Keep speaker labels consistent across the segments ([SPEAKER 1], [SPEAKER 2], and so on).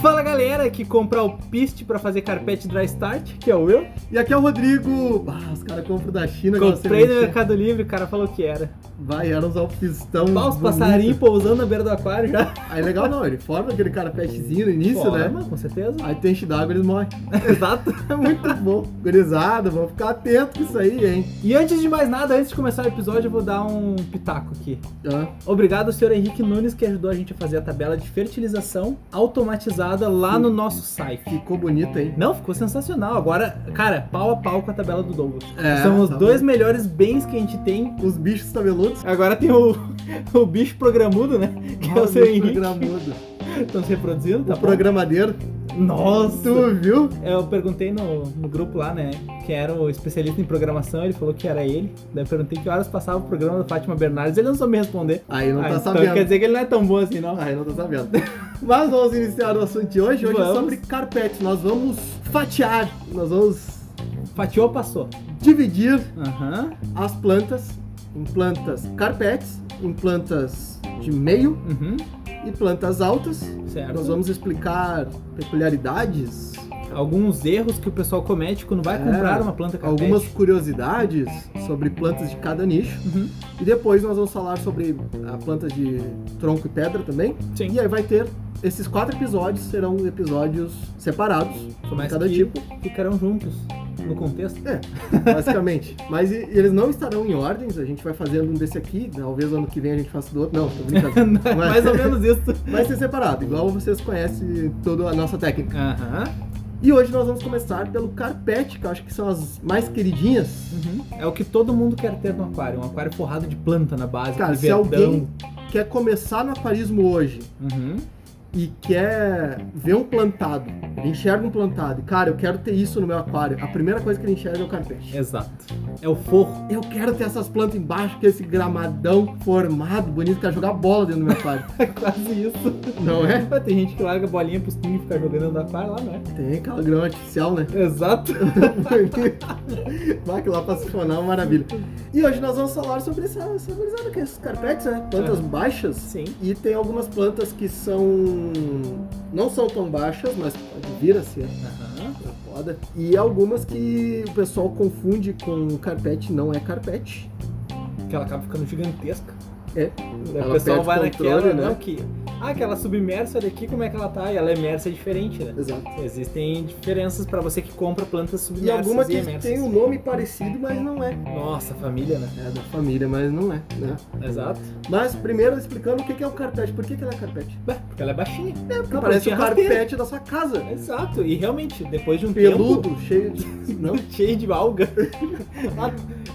[SPEAKER 1] Fala galera que compra o piste pra fazer carpete dry start, que é o eu.
[SPEAKER 2] E aqui é o Rodrigo. Ah, os caras compram da China. aquela
[SPEAKER 1] Comprei no
[SPEAKER 2] semente.
[SPEAKER 1] Mercado Livre, o cara falou que era.
[SPEAKER 2] Vai, era usar o pistão.
[SPEAKER 1] Pá, os
[SPEAKER 2] bonito.
[SPEAKER 1] passarinhos pousando na beira do aquário já.
[SPEAKER 2] Aí legal não, ele forma aquele carpetezinho no início,
[SPEAKER 1] Forma,
[SPEAKER 2] né?
[SPEAKER 1] Com certeza.
[SPEAKER 2] Aí tu enche d'água e eles morrem.
[SPEAKER 1] Exato.
[SPEAKER 2] Muito bom. Gurizada, vamos ficar atento com isso aí, hein?
[SPEAKER 1] E antes de mais nada, antes de começar o episódio, eu vou dar um pitaco aqui.
[SPEAKER 2] Ah,
[SPEAKER 1] Obrigado ao senhor Henrique Nunes que ajudou a gente a fazer a tabela de fertilização automatizada lá no nosso site.
[SPEAKER 2] ficou bonito, hein?
[SPEAKER 1] Não, ficou sensacional. Agora, cara, pau a pau com a tabela do Douglas.
[SPEAKER 2] É,
[SPEAKER 1] São os
[SPEAKER 2] tá
[SPEAKER 1] dois melhores bens que a gente tem.
[SPEAKER 2] Os bichos cabeludos.
[SPEAKER 1] Agora tem o, o bicho programudo, né? Que é o seu
[SPEAKER 2] Ah, bicho
[SPEAKER 1] Henrique.
[SPEAKER 2] Programudo.
[SPEAKER 1] Estão se reproduzindo, tá
[SPEAKER 2] o
[SPEAKER 1] bom?
[SPEAKER 2] programadeiro.
[SPEAKER 1] Nossa!
[SPEAKER 2] Tu viu?
[SPEAKER 1] Eu perguntei no, no grupo lá, né? Quem era o especialista em programação, ele falou que era ele. Daí eu perguntei que horas passava o programa da Fátima Bernardes, ele não soube me responder.
[SPEAKER 2] Aí não
[SPEAKER 1] Ah,
[SPEAKER 2] tá
[SPEAKER 1] então
[SPEAKER 2] sabendo.
[SPEAKER 1] quer dizer que ele não é tão bom assim, não.
[SPEAKER 2] Ah, eu não tô sabendo. Mas vamos iniciar o assunto de hoje. Hoje é
[SPEAKER 1] Vamos.
[SPEAKER 2] sobre carpete. Nós vamos fatiar, nós vamos
[SPEAKER 1] Fatiou, passou.
[SPEAKER 2] dividir
[SPEAKER 1] Aham,
[SPEAKER 2] as plantas em plantas carpetes, em plantas de meio
[SPEAKER 1] uhum,
[SPEAKER 2] e plantas altas.
[SPEAKER 1] certo.
[SPEAKER 2] Nós vamos explicar peculiaridades,
[SPEAKER 1] Alguns erros que o pessoal comete quando vai
[SPEAKER 2] É,
[SPEAKER 1] comprar uma planta carpete.
[SPEAKER 2] algumas curiosidades sobre plantas de cada nicho.
[SPEAKER 1] Uhum,
[SPEAKER 2] E depois nós vamos falar sobre a planta de tronco e pedra também.
[SPEAKER 1] Sim.
[SPEAKER 2] E aí vai ter esses quatro episódios serão episódios separados, sobre
[SPEAKER 1] Mas
[SPEAKER 2] cada
[SPEAKER 1] que-
[SPEAKER 2] tipo.
[SPEAKER 1] Ficarão juntos no contexto.
[SPEAKER 2] basicamente. Mas e- eles não estarão em ordens, a gente vai fazendo um desse aqui, talvez ano que vem a gente faça do outro. Não, tô brincando.
[SPEAKER 1] Mais ou menos isso.
[SPEAKER 2] Vai ser separado, igual vocês conhecem toda a nossa técnica.
[SPEAKER 1] Aham.
[SPEAKER 2] E hoje nós vamos começar pelo carpete, que eu acho que são as mais queridinhas.
[SPEAKER 1] Uhum. É o que todo mundo quer ter no aquário, um aquário forrado de planta na base,
[SPEAKER 2] Cara,
[SPEAKER 1] de
[SPEAKER 2] se alguém quer começar no aquarismo hoje
[SPEAKER 1] Uhum.
[SPEAKER 2] e quer ver um plantado, ele enxerga um plantado, e, cara, eu quero ter isso no meu aquário, a primeira coisa que ele enxerga é o carpete.
[SPEAKER 1] Exato. É o forro.
[SPEAKER 2] Eu quero ter essas plantas embaixo, que esse gramadão formado, bonito, quero jogar bola dentro do meu aquário.
[SPEAKER 1] É quase isso.
[SPEAKER 2] Não é?
[SPEAKER 1] Tem gente que larga a bolinha pros times e fica jogando dentro do aquário lá, né?
[SPEAKER 2] Tem aquela grama artificial, né?
[SPEAKER 1] Exato.
[SPEAKER 2] Vai que lá pra sifonar é uma maravilha. E hoje nós vamos falar sobre essa, essa gurizada, que é esses carpetes, né? Plantas
[SPEAKER 1] É.
[SPEAKER 2] baixas.
[SPEAKER 1] Sim.
[SPEAKER 2] E tem algumas plantas que são. não são tão baixas, mas pode vir a ser
[SPEAKER 1] Aham.
[SPEAKER 2] na poda. E algumas que o pessoal confunde com carpete, não é carpete.
[SPEAKER 1] Que ela acaba ficando gigantesca.
[SPEAKER 2] É.
[SPEAKER 1] Daí O
[SPEAKER 2] Ela
[SPEAKER 1] pessoal
[SPEAKER 2] perde
[SPEAKER 1] vai
[SPEAKER 2] controle,
[SPEAKER 1] naquela,
[SPEAKER 2] né?
[SPEAKER 1] não que. Ah, aquela submersa daqui, como é que ela tá? E ela emersa é diferente, né?
[SPEAKER 2] Exato.
[SPEAKER 1] Existem diferenças pra você que compra plantas
[SPEAKER 2] E
[SPEAKER 1] submersas
[SPEAKER 2] alguma que
[SPEAKER 1] emersas.
[SPEAKER 2] tem um nome parecido, mas não é.
[SPEAKER 1] Nossa, família, né?
[SPEAKER 2] É da família, mas não é, né?
[SPEAKER 1] Exato.
[SPEAKER 2] Mas primeiro explicando o que que é o carpete. Por que que ela é carpete?
[SPEAKER 1] Ué, Porque ela é baixinha. É, porque
[SPEAKER 2] Parece o carpete da sua casa.
[SPEAKER 1] Exato. E realmente, depois de um tempo...
[SPEAKER 2] Peludo, cheio de. Não,
[SPEAKER 1] cheio de alga.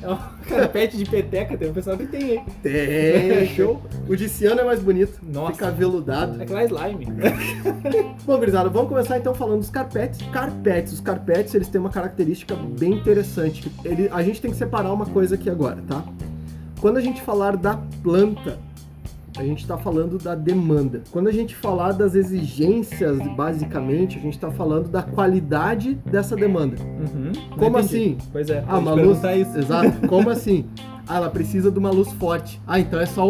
[SPEAKER 1] é um carpete de peteca, tem um pessoal que tem aí.
[SPEAKER 2] tem. É, Show. O de Ciano é mais bonito.
[SPEAKER 1] Nossa.
[SPEAKER 2] Fica veludado.
[SPEAKER 1] Aquela é slime.
[SPEAKER 2] Bom, gurizada, vamos começar então falando dos carpetes. Carpetes. Os carpetes, eles têm uma característica bem interessante. Ele, a gente tem que separar uma coisa aqui agora, tá? Quando a gente falar da planta, a gente está falando da demanda. Quando a gente falar das exigências, basicamente, a gente está falando da qualidade dessa demanda.
[SPEAKER 1] Uhum.
[SPEAKER 2] Como
[SPEAKER 1] Entendi.
[SPEAKER 2] assim?
[SPEAKER 1] Pois é,
[SPEAKER 2] Ah,
[SPEAKER 1] ah,
[SPEAKER 2] uma
[SPEAKER 1] vou
[SPEAKER 2] luz.
[SPEAKER 1] perguntar isso.
[SPEAKER 2] Exato. Como assim? Ah, ela precisa de uma luz forte. Ah, então é só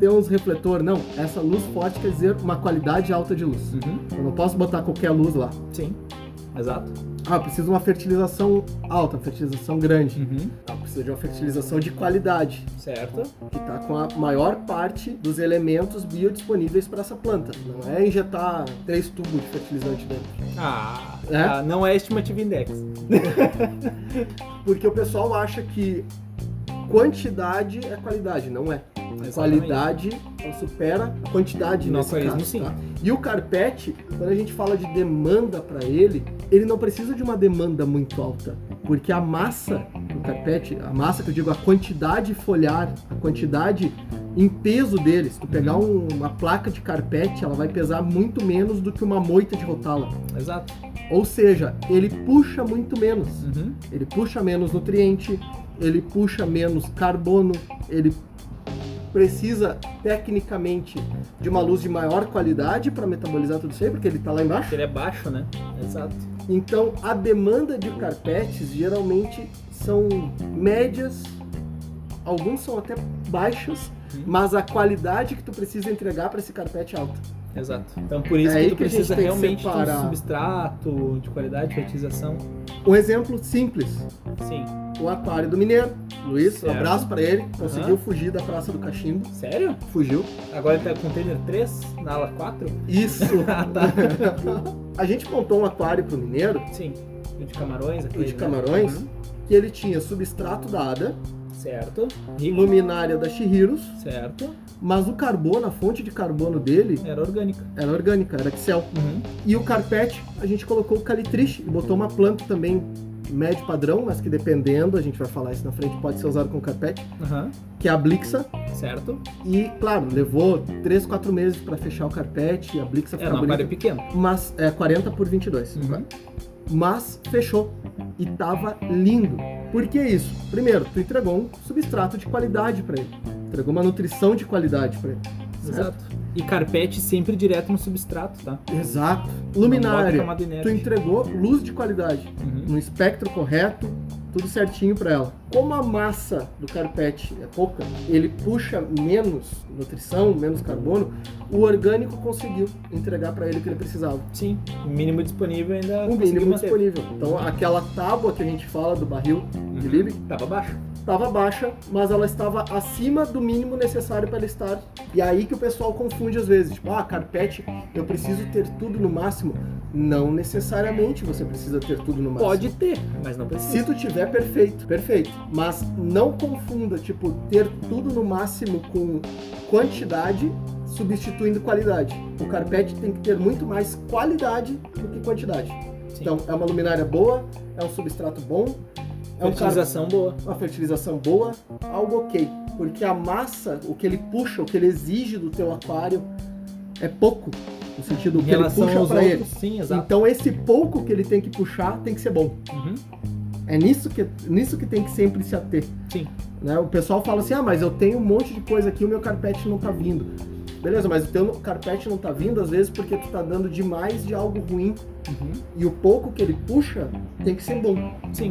[SPEAKER 2] ter uns refletor. Não, essa luz forte quer dizer uma qualidade alta de luz.
[SPEAKER 1] Uhum.
[SPEAKER 2] Eu não posso botar qualquer luz lá.
[SPEAKER 1] Sim. Exato.
[SPEAKER 2] Ah, precisa de uma fertilização alta, fertilização grande.
[SPEAKER 1] Uhum.
[SPEAKER 2] Ah, precisa de uma fertilização de qualidade,
[SPEAKER 1] Certo.
[SPEAKER 2] que tá com a maior parte dos elementos biodisponíveis para essa planta. Não é injetar três tubos de fertilizante dentro.
[SPEAKER 1] Ah,
[SPEAKER 2] É?
[SPEAKER 1] ah, não é estimativa index.
[SPEAKER 2] Porque o pessoal acha que quantidade é qualidade, não é. A
[SPEAKER 1] Exatamente.
[SPEAKER 2] qualidade ela supera a quantidade
[SPEAKER 1] No
[SPEAKER 2] nesse
[SPEAKER 1] aquarismo,
[SPEAKER 2] caso,
[SPEAKER 1] sim.
[SPEAKER 2] tá? E o carpete, quando a gente fala de demanda para ele, ele não precisa de uma demanda muito alta, porque a massa do carpete, a massa que eu digo, a quantidade foliar, a quantidade em peso dele, se tu pegar um- uma placa de carpete, ela vai pesar muito menos do que uma moita de rotala.
[SPEAKER 1] Exato.
[SPEAKER 2] Ou seja, ele puxa muito menos.
[SPEAKER 1] Uhum.
[SPEAKER 2] Ele puxa menos nutriente, ele puxa menos carbono, ele precisa tecnicamente de uma luz de maior qualidade para metabolizar tudo isso aí, porque ele está lá embaixo.
[SPEAKER 1] Ele é baixo, né? Exato.
[SPEAKER 2] Então, a demanda de carpetes geralmente são médias, alguns são até baixas,
[SPEAKER 1] Uhum.
[SPEAKER 2] mas a qualidade que tu precisa entregar para esse carpete é alta.
[SPEAKER 1] Exato. Então por isso
[SPEAKER 2] É aí
[SPEAKER 1] que tu
[SPEAKER 2] que a gente
[SPEAKER 1] precisa
[SPEAKER 2] tem que
[SPEAKER 1] realmente de um
[SPEAKER 2] separar.
[SPEAKER 1] substrato de qualidade, fertilização.
[SPEAKER 2] Um exemplo simples:
[SPEAKER 1] Sim.
[SPEAKER 2] o aquário do Mineiro. Luiz, um
[SPEAKER 1] Certo.
[SPEAKER 2] abraço pra ele. Conseguiu fugir da Praça do Cachimbo.
[SPEAKER 1] Sério?
[SPEAKER 2] Fugiu.
[SPEAKER 1] Agora ele tá com container 3 na ala 4?
[SPEAKER 2] Isso.
[SPEAKER 1] Ah, tá.
[SPEAKER 2] a gente montou um aquário pro Mineiro,
[SPEAKER 1] Sim. O de camarões, aquele.
[SPEAKER 2] o de
[SPEAKER 1] né?
[SPEAKER 2] camarões,
[SPEAKER 1] Uhum.
[SPEAKER 2] que ele tinha substrato da Ada,
[SPEAKER 1] Certo. Rico.
[SPEAKER 2] luminária da Shihiros,
[SPEAKER 1] Certo.
[SPEAKER 2] mas o carbono, a fonte de carbono dele
[SPEAKER 1] Era orgânica.
[SPEAKER 2] era orgânica, era Excel.
[SPEAKER 1] Uhum.
[SPEAKER 2] E o carpete, a gente colocou o calitrite e botou uma planta também médio padrão, mas que dependendo, a gente vai falar isso na frente, pode ser usado com carpete,
[SPEAKER 1] Aham.
[SPEAKER 2] que é a Blixa.
[SPEAKER 1] Certo.
[SPEAKER 2] E, claro, levou 3, 4 meses para fechar o carpete, a Blixa
[SPEAKER 1] É
[SPEAKER 2] fica
[SPEAKER 1] um aquário
[SPEAKER 2] bonita.
[SPEAKER 1] pequeno.
[SPEAKER 2] Mas, é, 40 por 22.
[SPEAKER 1] Uhum.
[SPEAKER 2] Mas fechou. E tava lindo. Por que isso? Primeiro, tu entregou um substrato de qualidade para ele. Entregou uma nutrição de qualidade para ele.
[SPEAKER 1] Exato. E carpete sempre direto no substrato, tá?
[SPEAKER 2] Exato.
[SPEAKER 1] Não bota
[SPEAKER 2] Luminária.
[SPEAKER 1] camada inerte.
[SPEAKER 2] Tu entregou luz de qualidade.
[SPEAKER 1] Uhum.
[SPEAKER 2] no espectro correto, tudo certinho para ela. Como a massa do carpete é pouca, ele puxa menos nutrição, menos carbono, o orgânico conseguiu entregar para ele o que ele precisava.
[SPEAKER 1] Sim. O mínimo disponível ainda
[SPEAKER 2] O
[SPEAKER 1] conseguiu
[SPEAKER 2] mínimo
[SPEAKER 1] manter.
[SPEAKER 2] disponível. Então aquela tábua que a gente fala do barril de Liebig
[SPEAKER 1] Uhum. Tava baixo.
[SPEAKER 2] estava baixa, mas ela estava acima do mínimo necessário para ela estar. E é aí que o pessoal confunde às vezes. Tipo, ah, carpete, eu preciso ter tudo no máximo. Não necessariamente você precisa ter tudo no máximo.
[SPEAKER 1] Pode ter, mas não
[SPEAKER 2] Se
[SPEAKER 1] precisa.
[SPEAKER 2] tu tiver, perfeito, perfeito. Mas não confunda, tipo, ter tudo no máximo com quantidade substituindo qualidade. O carpete tem que ter muito mais qualidade do que quantidade.
[SPEAKER 1] Sim.
[SPEAKER 2] Então, é uma luminária boa, é um substrato bom, é um car...
[SPEAKER 1] Fertilização boa.
[SPEAKER 2] uma fertilização boa, algo ok. Porque a massa, o que ele puxa, o que ele exige do teu aquário é pouco. No sentido
[SPEAKER 1] Em
[SPEAKER 2] que ele
[SPEAKER 1] relação
[SPEAKER 2] puxa
[SPEAKER 1] aos
[SPEAKER 2] para
[SPEAKER 1] outros,
[SPEAKER 2] ele.
[SPEAKER 1] sim, exato.
[SPEAKER 2] Então, esse pouco que ele tem que puxar tem que ser bom.
[SPEAKER 1] Uhum.
[SPEAKER 2] É nisso que, nisso que tem que sempre se ater.
[SPEAKER 1] Sim.
[SPEAKER 2] Né? O pessoal fala assim: ah, mas eu tenho um monte de coisa aqui, o meu carpete não tá vindo. Beleza, mas o teu carpete não tá vindo, às vezes, porque tu tá dando demais de algo ruim.
[SPEAKER 1] Uhum.
[SPEAKER 2] E o pouco que ele puxa tem que ser bom.
[SPEAKER 1] Sim.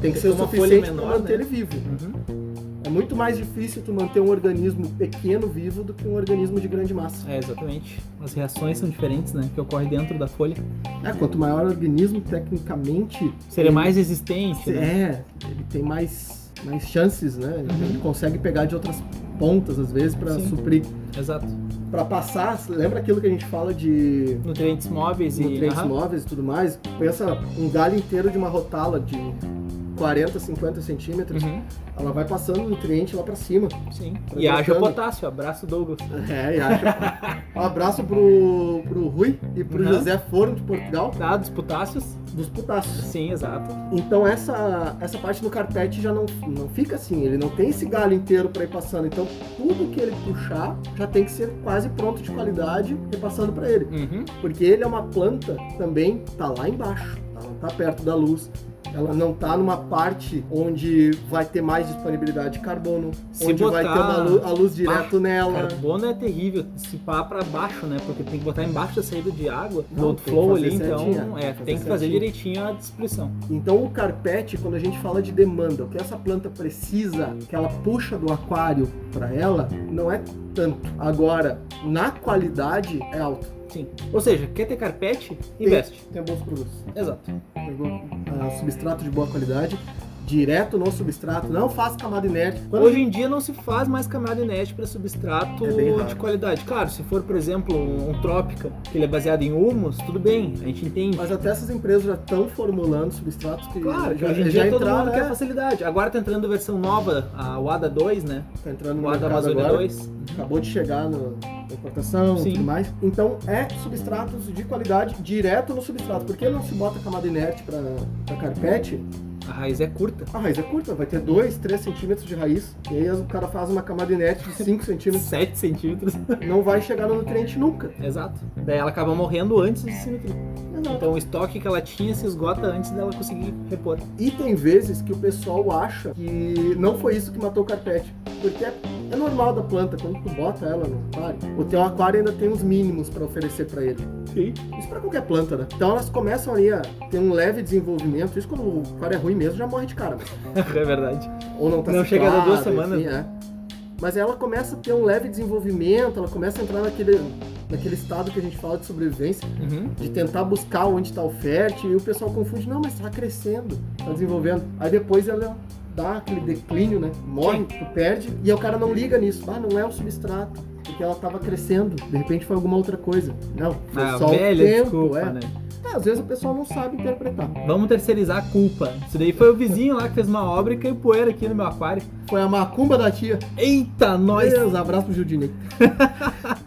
[SPEAKER 2] Tem
[SPEAKER 1] Porque
[SPEAKER 2] que ser o
[SPEAKER 1] uma folha
[SPEAKER 2] suficiente pra
[SPEAKER 1] menor,
[SPEAKER 2] manter
[SPEAKER 1] né?
[SPEAKER 2] ele vivo.
[SPEAKER 1] Uhum.
[SPEAKER 2] É muito mais difícil tu manter um organismo pequeno vivo do que um organismo de grande massa.
[SPEAKER 1] É, exatamente. As reações são diferentes, né? Que ocorre dentro da folha.
[SPEAKER 2] É, quanto maior o organismo, tecnicamente.
[SPEAKER 1] Seria
[SPEAKER 2] ele-
[SPEAKER 1] mais resistente, né?
[SPEAKER 2] É, ele tem mais, mais chances, né? Ele consegue pegar de outras pontas, às vezes, pra
[SPEAKER 1] Sim.
[SPEAKER 2] suprir.
[SPEAKER 1] Exato.
[SPEAKER 2] Pra passar, lembra aquilo que a gente fala de
[SPEAKER 1] Nutrientes móveis e.
[SPEAKER 2] Hum. nutrientes
[SPEAKER 1] Aham.
[SPEAKER 2] móveis e tudo mais? Pensa um galho inteiro de uma rotala de 40, 50 centímetros,
[SPEAKER 1] Uhum.
[SPEAKER 2] ela vai passando nutriente lá pra cima.
[SPEAKER 1] Sim.
[SPEAKER 2] Pra
[SPEAKER 1] E haja
[SPEAKER 2] trocando.
[SPEAKER 1] potássio. Abraço, Douglas.
[SPEAKER 2] É, e acha. um abraço pro, pro Rui e pro
[SPEAKER 1] Uhum.
[SPEAKER 2] José Foro de Portugal,
[SPEAKER 1] Dados potássios.
[SPEAKER 2] dos putaços.
[SPEAKER 1] Sim, exato.
[SPEAKER 2] Então essa, essa parte do carpete já não, não fica assim, ele não tem esse galho inteiro para ir passando. Então tudo que ele puxar já tem que ser quase pronto de qualidade e passando para ele.
[SPEAKER 1] Uhum.
[SPEAKER 2] Porque ele é uma planta também tá lá embaixo, ela não tá perto da luz. Ela não tá numa parte onde vai ter mais disponibilidade de carbono,
[SPEAKER 1] Se
[SPEAKER 2] onde vai ter
[SPEAKER 1] botar-
[SPEAKER 2] uma lu- a luz direto nela.
[SPEAKER 1] Carbono é terrível, se pá pra baixo, né? Porque tem que botar embaixo da saída de água,
[SPEAKER 2] Não,
[SPEAKER 1] do outro
[SPEAKER 2] tem que
[SPEAKER 1] flow
[SPEAKER 2] fazer
[SPEAKER 1] ali, então
[SPEAKER 2] certinho,
[SPEAKER 1] é,
[SPEAKER 2] tem que
[SPEAKER 1] tem que
[SPEAKER 2] fazer
[SPEAKER 1] fazer
[SPEAKER 2] certinho.
[SPEAKER 1] direitinho a descrição.
[SPEAKER 2] Então o carpete, quando a gente fala de demanda, o que essa planta precisa, que ela puxa do aquário para ela, não é tanto. Agora, na qualidade é alto.
[SPEAKER 1] Sim. Ou seja, quer ter carpete?
[SPEAKER 2] Tem-
[SPEAKER 1] Investe.
[SPEAKER 2] Tem bons produtos.
[SPEAKER 1] Exato.
[SPEAKER 2] Tem bom- ah, substrato de boa qualidade, direto no substrato, não faz camada inerte. Quando
[SPEAKER 1] Hoje em dia não se faz mais camada inerte para substrato
[SPEAKER 2] É bem
[SPEAKER 1] de
[SPEAKER 2] raro.
[SPEAKER 1] qualidade. Claro, se for, por exemplo, um, um trópica, que ele é baseado em humus, tudo bem, a gente entende.
[SPEAKER 2] Mas até essas empresas já estão formulando substratos que
[SPEAKER 1] Claro, que
[SPEAKER 2] já,
[SPEAKER 1] hoje em
[SPEAKER 2] já
[SPEAKER 1] dia todo
[SPEAKER 2] entraram,
[SPEAKER 1] mundo quer
[SPEAKER 2] né?
[SPEAKER 1] facilidade. Agora tá entrando a versão nova, a WADA 2, né?
[SPEAKER 2] Tá entrando no
[SPEAKER 1] WADA
[SPEAKER 2] mercado
[SPEAKER 1] Amazônia
[SPEAKER 2] agora.
[SPEAKER 1] 2.
[SPEAKER 2] acabou de chegar no, na importação
[SPEAKER 1] Sim.
[SPEAKER 2] e tudo mais. Então é substratos de qualidade direto no substrato. Por que não se bota camada inerte para carpete?
[SPEAKER 1] A raiz é curta.
[SPEAKER 2] A raiz é curta, vai ter 2, 3 centímetros de raiz. E aí o cara faz uma camada inerte de 5 centímetros.
[SPEAKER 1] 7 centímetros.
[SPEAKER 2] Não vai chegar no nutriente nunca.
[SPEAKER 1] Exato. Daí ela acaba morrendo antes de se nutrir.
[SPEAKER 2] Exato.
[SPEAKER 1] Então o estoque que ela tinha se esgota antes dela conseguir repor.
[SPEAKER 2] E tem vezes que o pessoal acha que não foi isso que matou o carpete. Porque é, é normal da planta, quando tu bota ela no aquário, o teu aquário ainda tem os mínimos para oferecer para ele.
[SPEAKER 1] Sim.
[SPEAKER 2] Isso pra qualquer planta, né? Então elas começam ali a ter um leve desenvolvimento. Isso quando o cara é ruim mesmo, já morre de cara. né?
[SPEAKER 1] é verdade.
[SPEAKER 2] Ou não tá
[SPEAKER 1] Não
[SPEAKER 2] ciclado,
[SPEAKER 1] chega a dar duas semanas. né?
[SPEAKER 2] enfim, é. Mas ela começa a ter um leve desenvolvimento, ela começa a entrar naquele, naquele estado que a gente fala de sobrevivência,
[SPEAKER 1] Uhum.
[SPEAKER 2] de tentar buscar onde está o fértil, e o pessoal confunde, não, mas está crescendo, está desenvolvendo. Aí depois ela dá aquele declínio, né? Morre, tu perde, e aí o cara não liga nisso. Ah, não é o substrato, porque ela estava crescendo, de repente foi alguma outra coisa. Não, foi
[SPEAKER 1] Ah,
[SPEAKER 2] só
[SPEAKER 1] velha
[SPEAKER 2] o tempo,
[SPEAKER 1] desculpa,
[SPEAKER 2] é.
[SPEAKER 1] né?
[SPEAKER 2] É, às vezes o pessoal não sabe interpretar.
[SPEAKER 1] Vamos terceirizar a culpa. Isso daí foi o vizinho lá que fez uma obra e caiu poeira aqui no meu aquário.
[SPEAKER 2] Foi a macumba da tia.
[SPEAKER 1] Eita, nós!
[SPEAKER 2] Deus, abraço pro Judinei.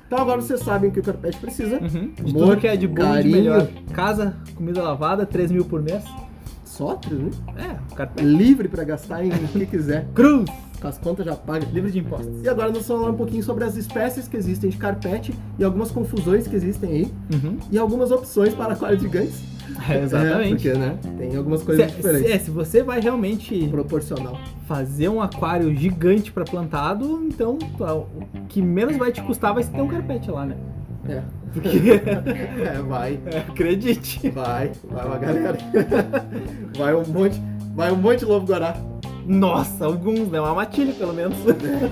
[SPEAKER 2] então agora vocês sabem o que o Carpete precisa.
[SPEAKER 1] Uhum. De
[SPEAKER 2] Amor,
[SPEAKER 1] tudo que é de bom e de
[SPEAKER 2] carinho.
[SPEAKER 1] melhor. Casa, comida lavada, 3 mil por mês.
[SPEAKER 2] Só três, né?
[SPEAKER 1] É, o carpete.
[SPEAKER 2] Livre pra gastar em o que quiser.
[SPEAKER 1] Cruz!
[SPEAKER 2] Com as contas já paga.
[SPEAKER 1] Livre de impostos.
[SPEAKER 2] E agora nós vamos falar um pouquinho sobre as espécies que existem de carpete e algumas confusões que existem aí
[SPEAKER 1] Uhum.
[SPEAKER 2] e algumas opções para aquários gigantes.
[SPEAKER 1] É, exatamente.
[SPEAKER 2] É, porque, né? Tem algumas
[SPEAKER 1] Se,
[SPEAKER 2] coisas diferentes.
[SPEAKER 1] se- é, se você vai realmente
[SPEAKER 2] Proporcional.
[SPEAKER 1] fazer um aquário gigante pra plantado, então tu- o que menos vai te custar vai ser ter um carpete lá, né?
[SPEAKER 2] É.
[SPEAKER 1] Porque,
[SPEAKER 2] É, vai.
[SPEAKER 1] acredite.
[SPEAKER 2] Vai, vai uma galera. Vai um monte, vai um monte de lobo guará.
[SPEAKER 1] Nossa, alguns, né? Uma matilha, pelo menos.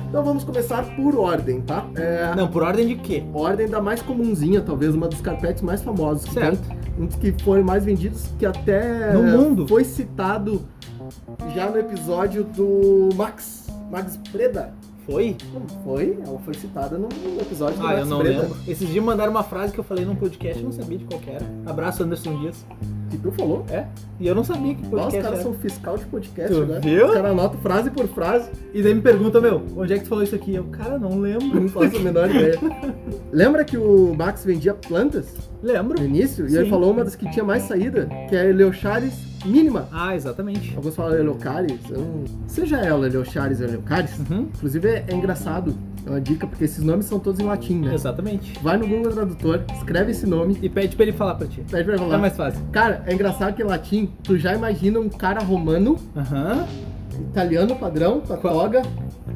[SPEAKER 2] Então vamos começar por ordem, tá? É,
[SPEAKER 1] Não, por ordem de quê?
[SPEAKER 2] ordem da mais comunzinha, talvez uma dos carpetes mais famosos que
[SPEAKER 1] Certo.
[SPEAKER 2] tem, um dos que foram mais vendidos, que até
[SPEAKER 1] No mundo?
[SPEAKER 2] foi citado já no episódio do Max, Max Preda.
[SPEAKER 1] Foi?
[SPEAKER 2] Não foi? Ela foi citada no episódio do
[SPEAKER 1] Ah,
[SPEAKER 2] Max
[SPEAKER 1] eu não
[SPEAKER 2] Preda.
[SPEAKER 1] lembro. Esses dias mandaram uma frase que eu falei num podcast, eu não sabia de qual que era. Abraço, Anderson Dias.
[SPEAKER 2] Que tu falou?
[SPEAKER 1] E eu não sabia que
[SPEAKER 2] Nossa,
[SPEAKER 1] podcast
[SPEAKER 2] os caras
[SPEAKER 1] era.
[SPEAKER 2] são fiscal de podcast,
[SPEAKER 1] Tu
[SPEAKER 2] né?
[SPEAKER 1] viu?
[SPEAKER 2] Os caras anotam frase por frase.
[SPEAKER 1] E daí me perguntam, meu, onde é que tu falou isso aqui? Eu, cara, não lembro.
[SPEAKER 2] Não faço a menor ideia. Lembra que o Max vendia plantas no
[SPEAKER 1] Lembro.
[SPEAKER 2] início? E ele
[SPEAKER 1] Sim.
[SPEAKER 2] falou uma das que tinha mais saída, que é a Eleocharis mínima.
[SPEAKER 1] Ah, exatamente.
[SPEAKER 2] Alguns falam Eleocharis. eu não- Seja ela Eleocharis ou Eleocharis.
[SPEAKER 1] Uhum.
[SPEAKER 2] Inclusive é, é engraçado, é uma dica, porque esses nomes são todos em latim, né?
[SPEAKER 1] Exatamente.
[SPEAKER 2] Vai no Google Tradutor, escreve esse nome,
[SPEAKER 1] E pede pra ele falar pra ti.
[SPEAKER 2] pede pra
[SPEAKER 1] É
[SPEAKER 2] falar.
[SPEAKER 1] mais fácil.
[SPEAKER 2] Cara, é engraçado que em latim, tu já imagina um cara romano,
[SPEAKER 1] Aham.
[SPEAKER 2] italiano padrão, com a
[SPEAKER 1] Qual-
[SPEAKER 2] toga.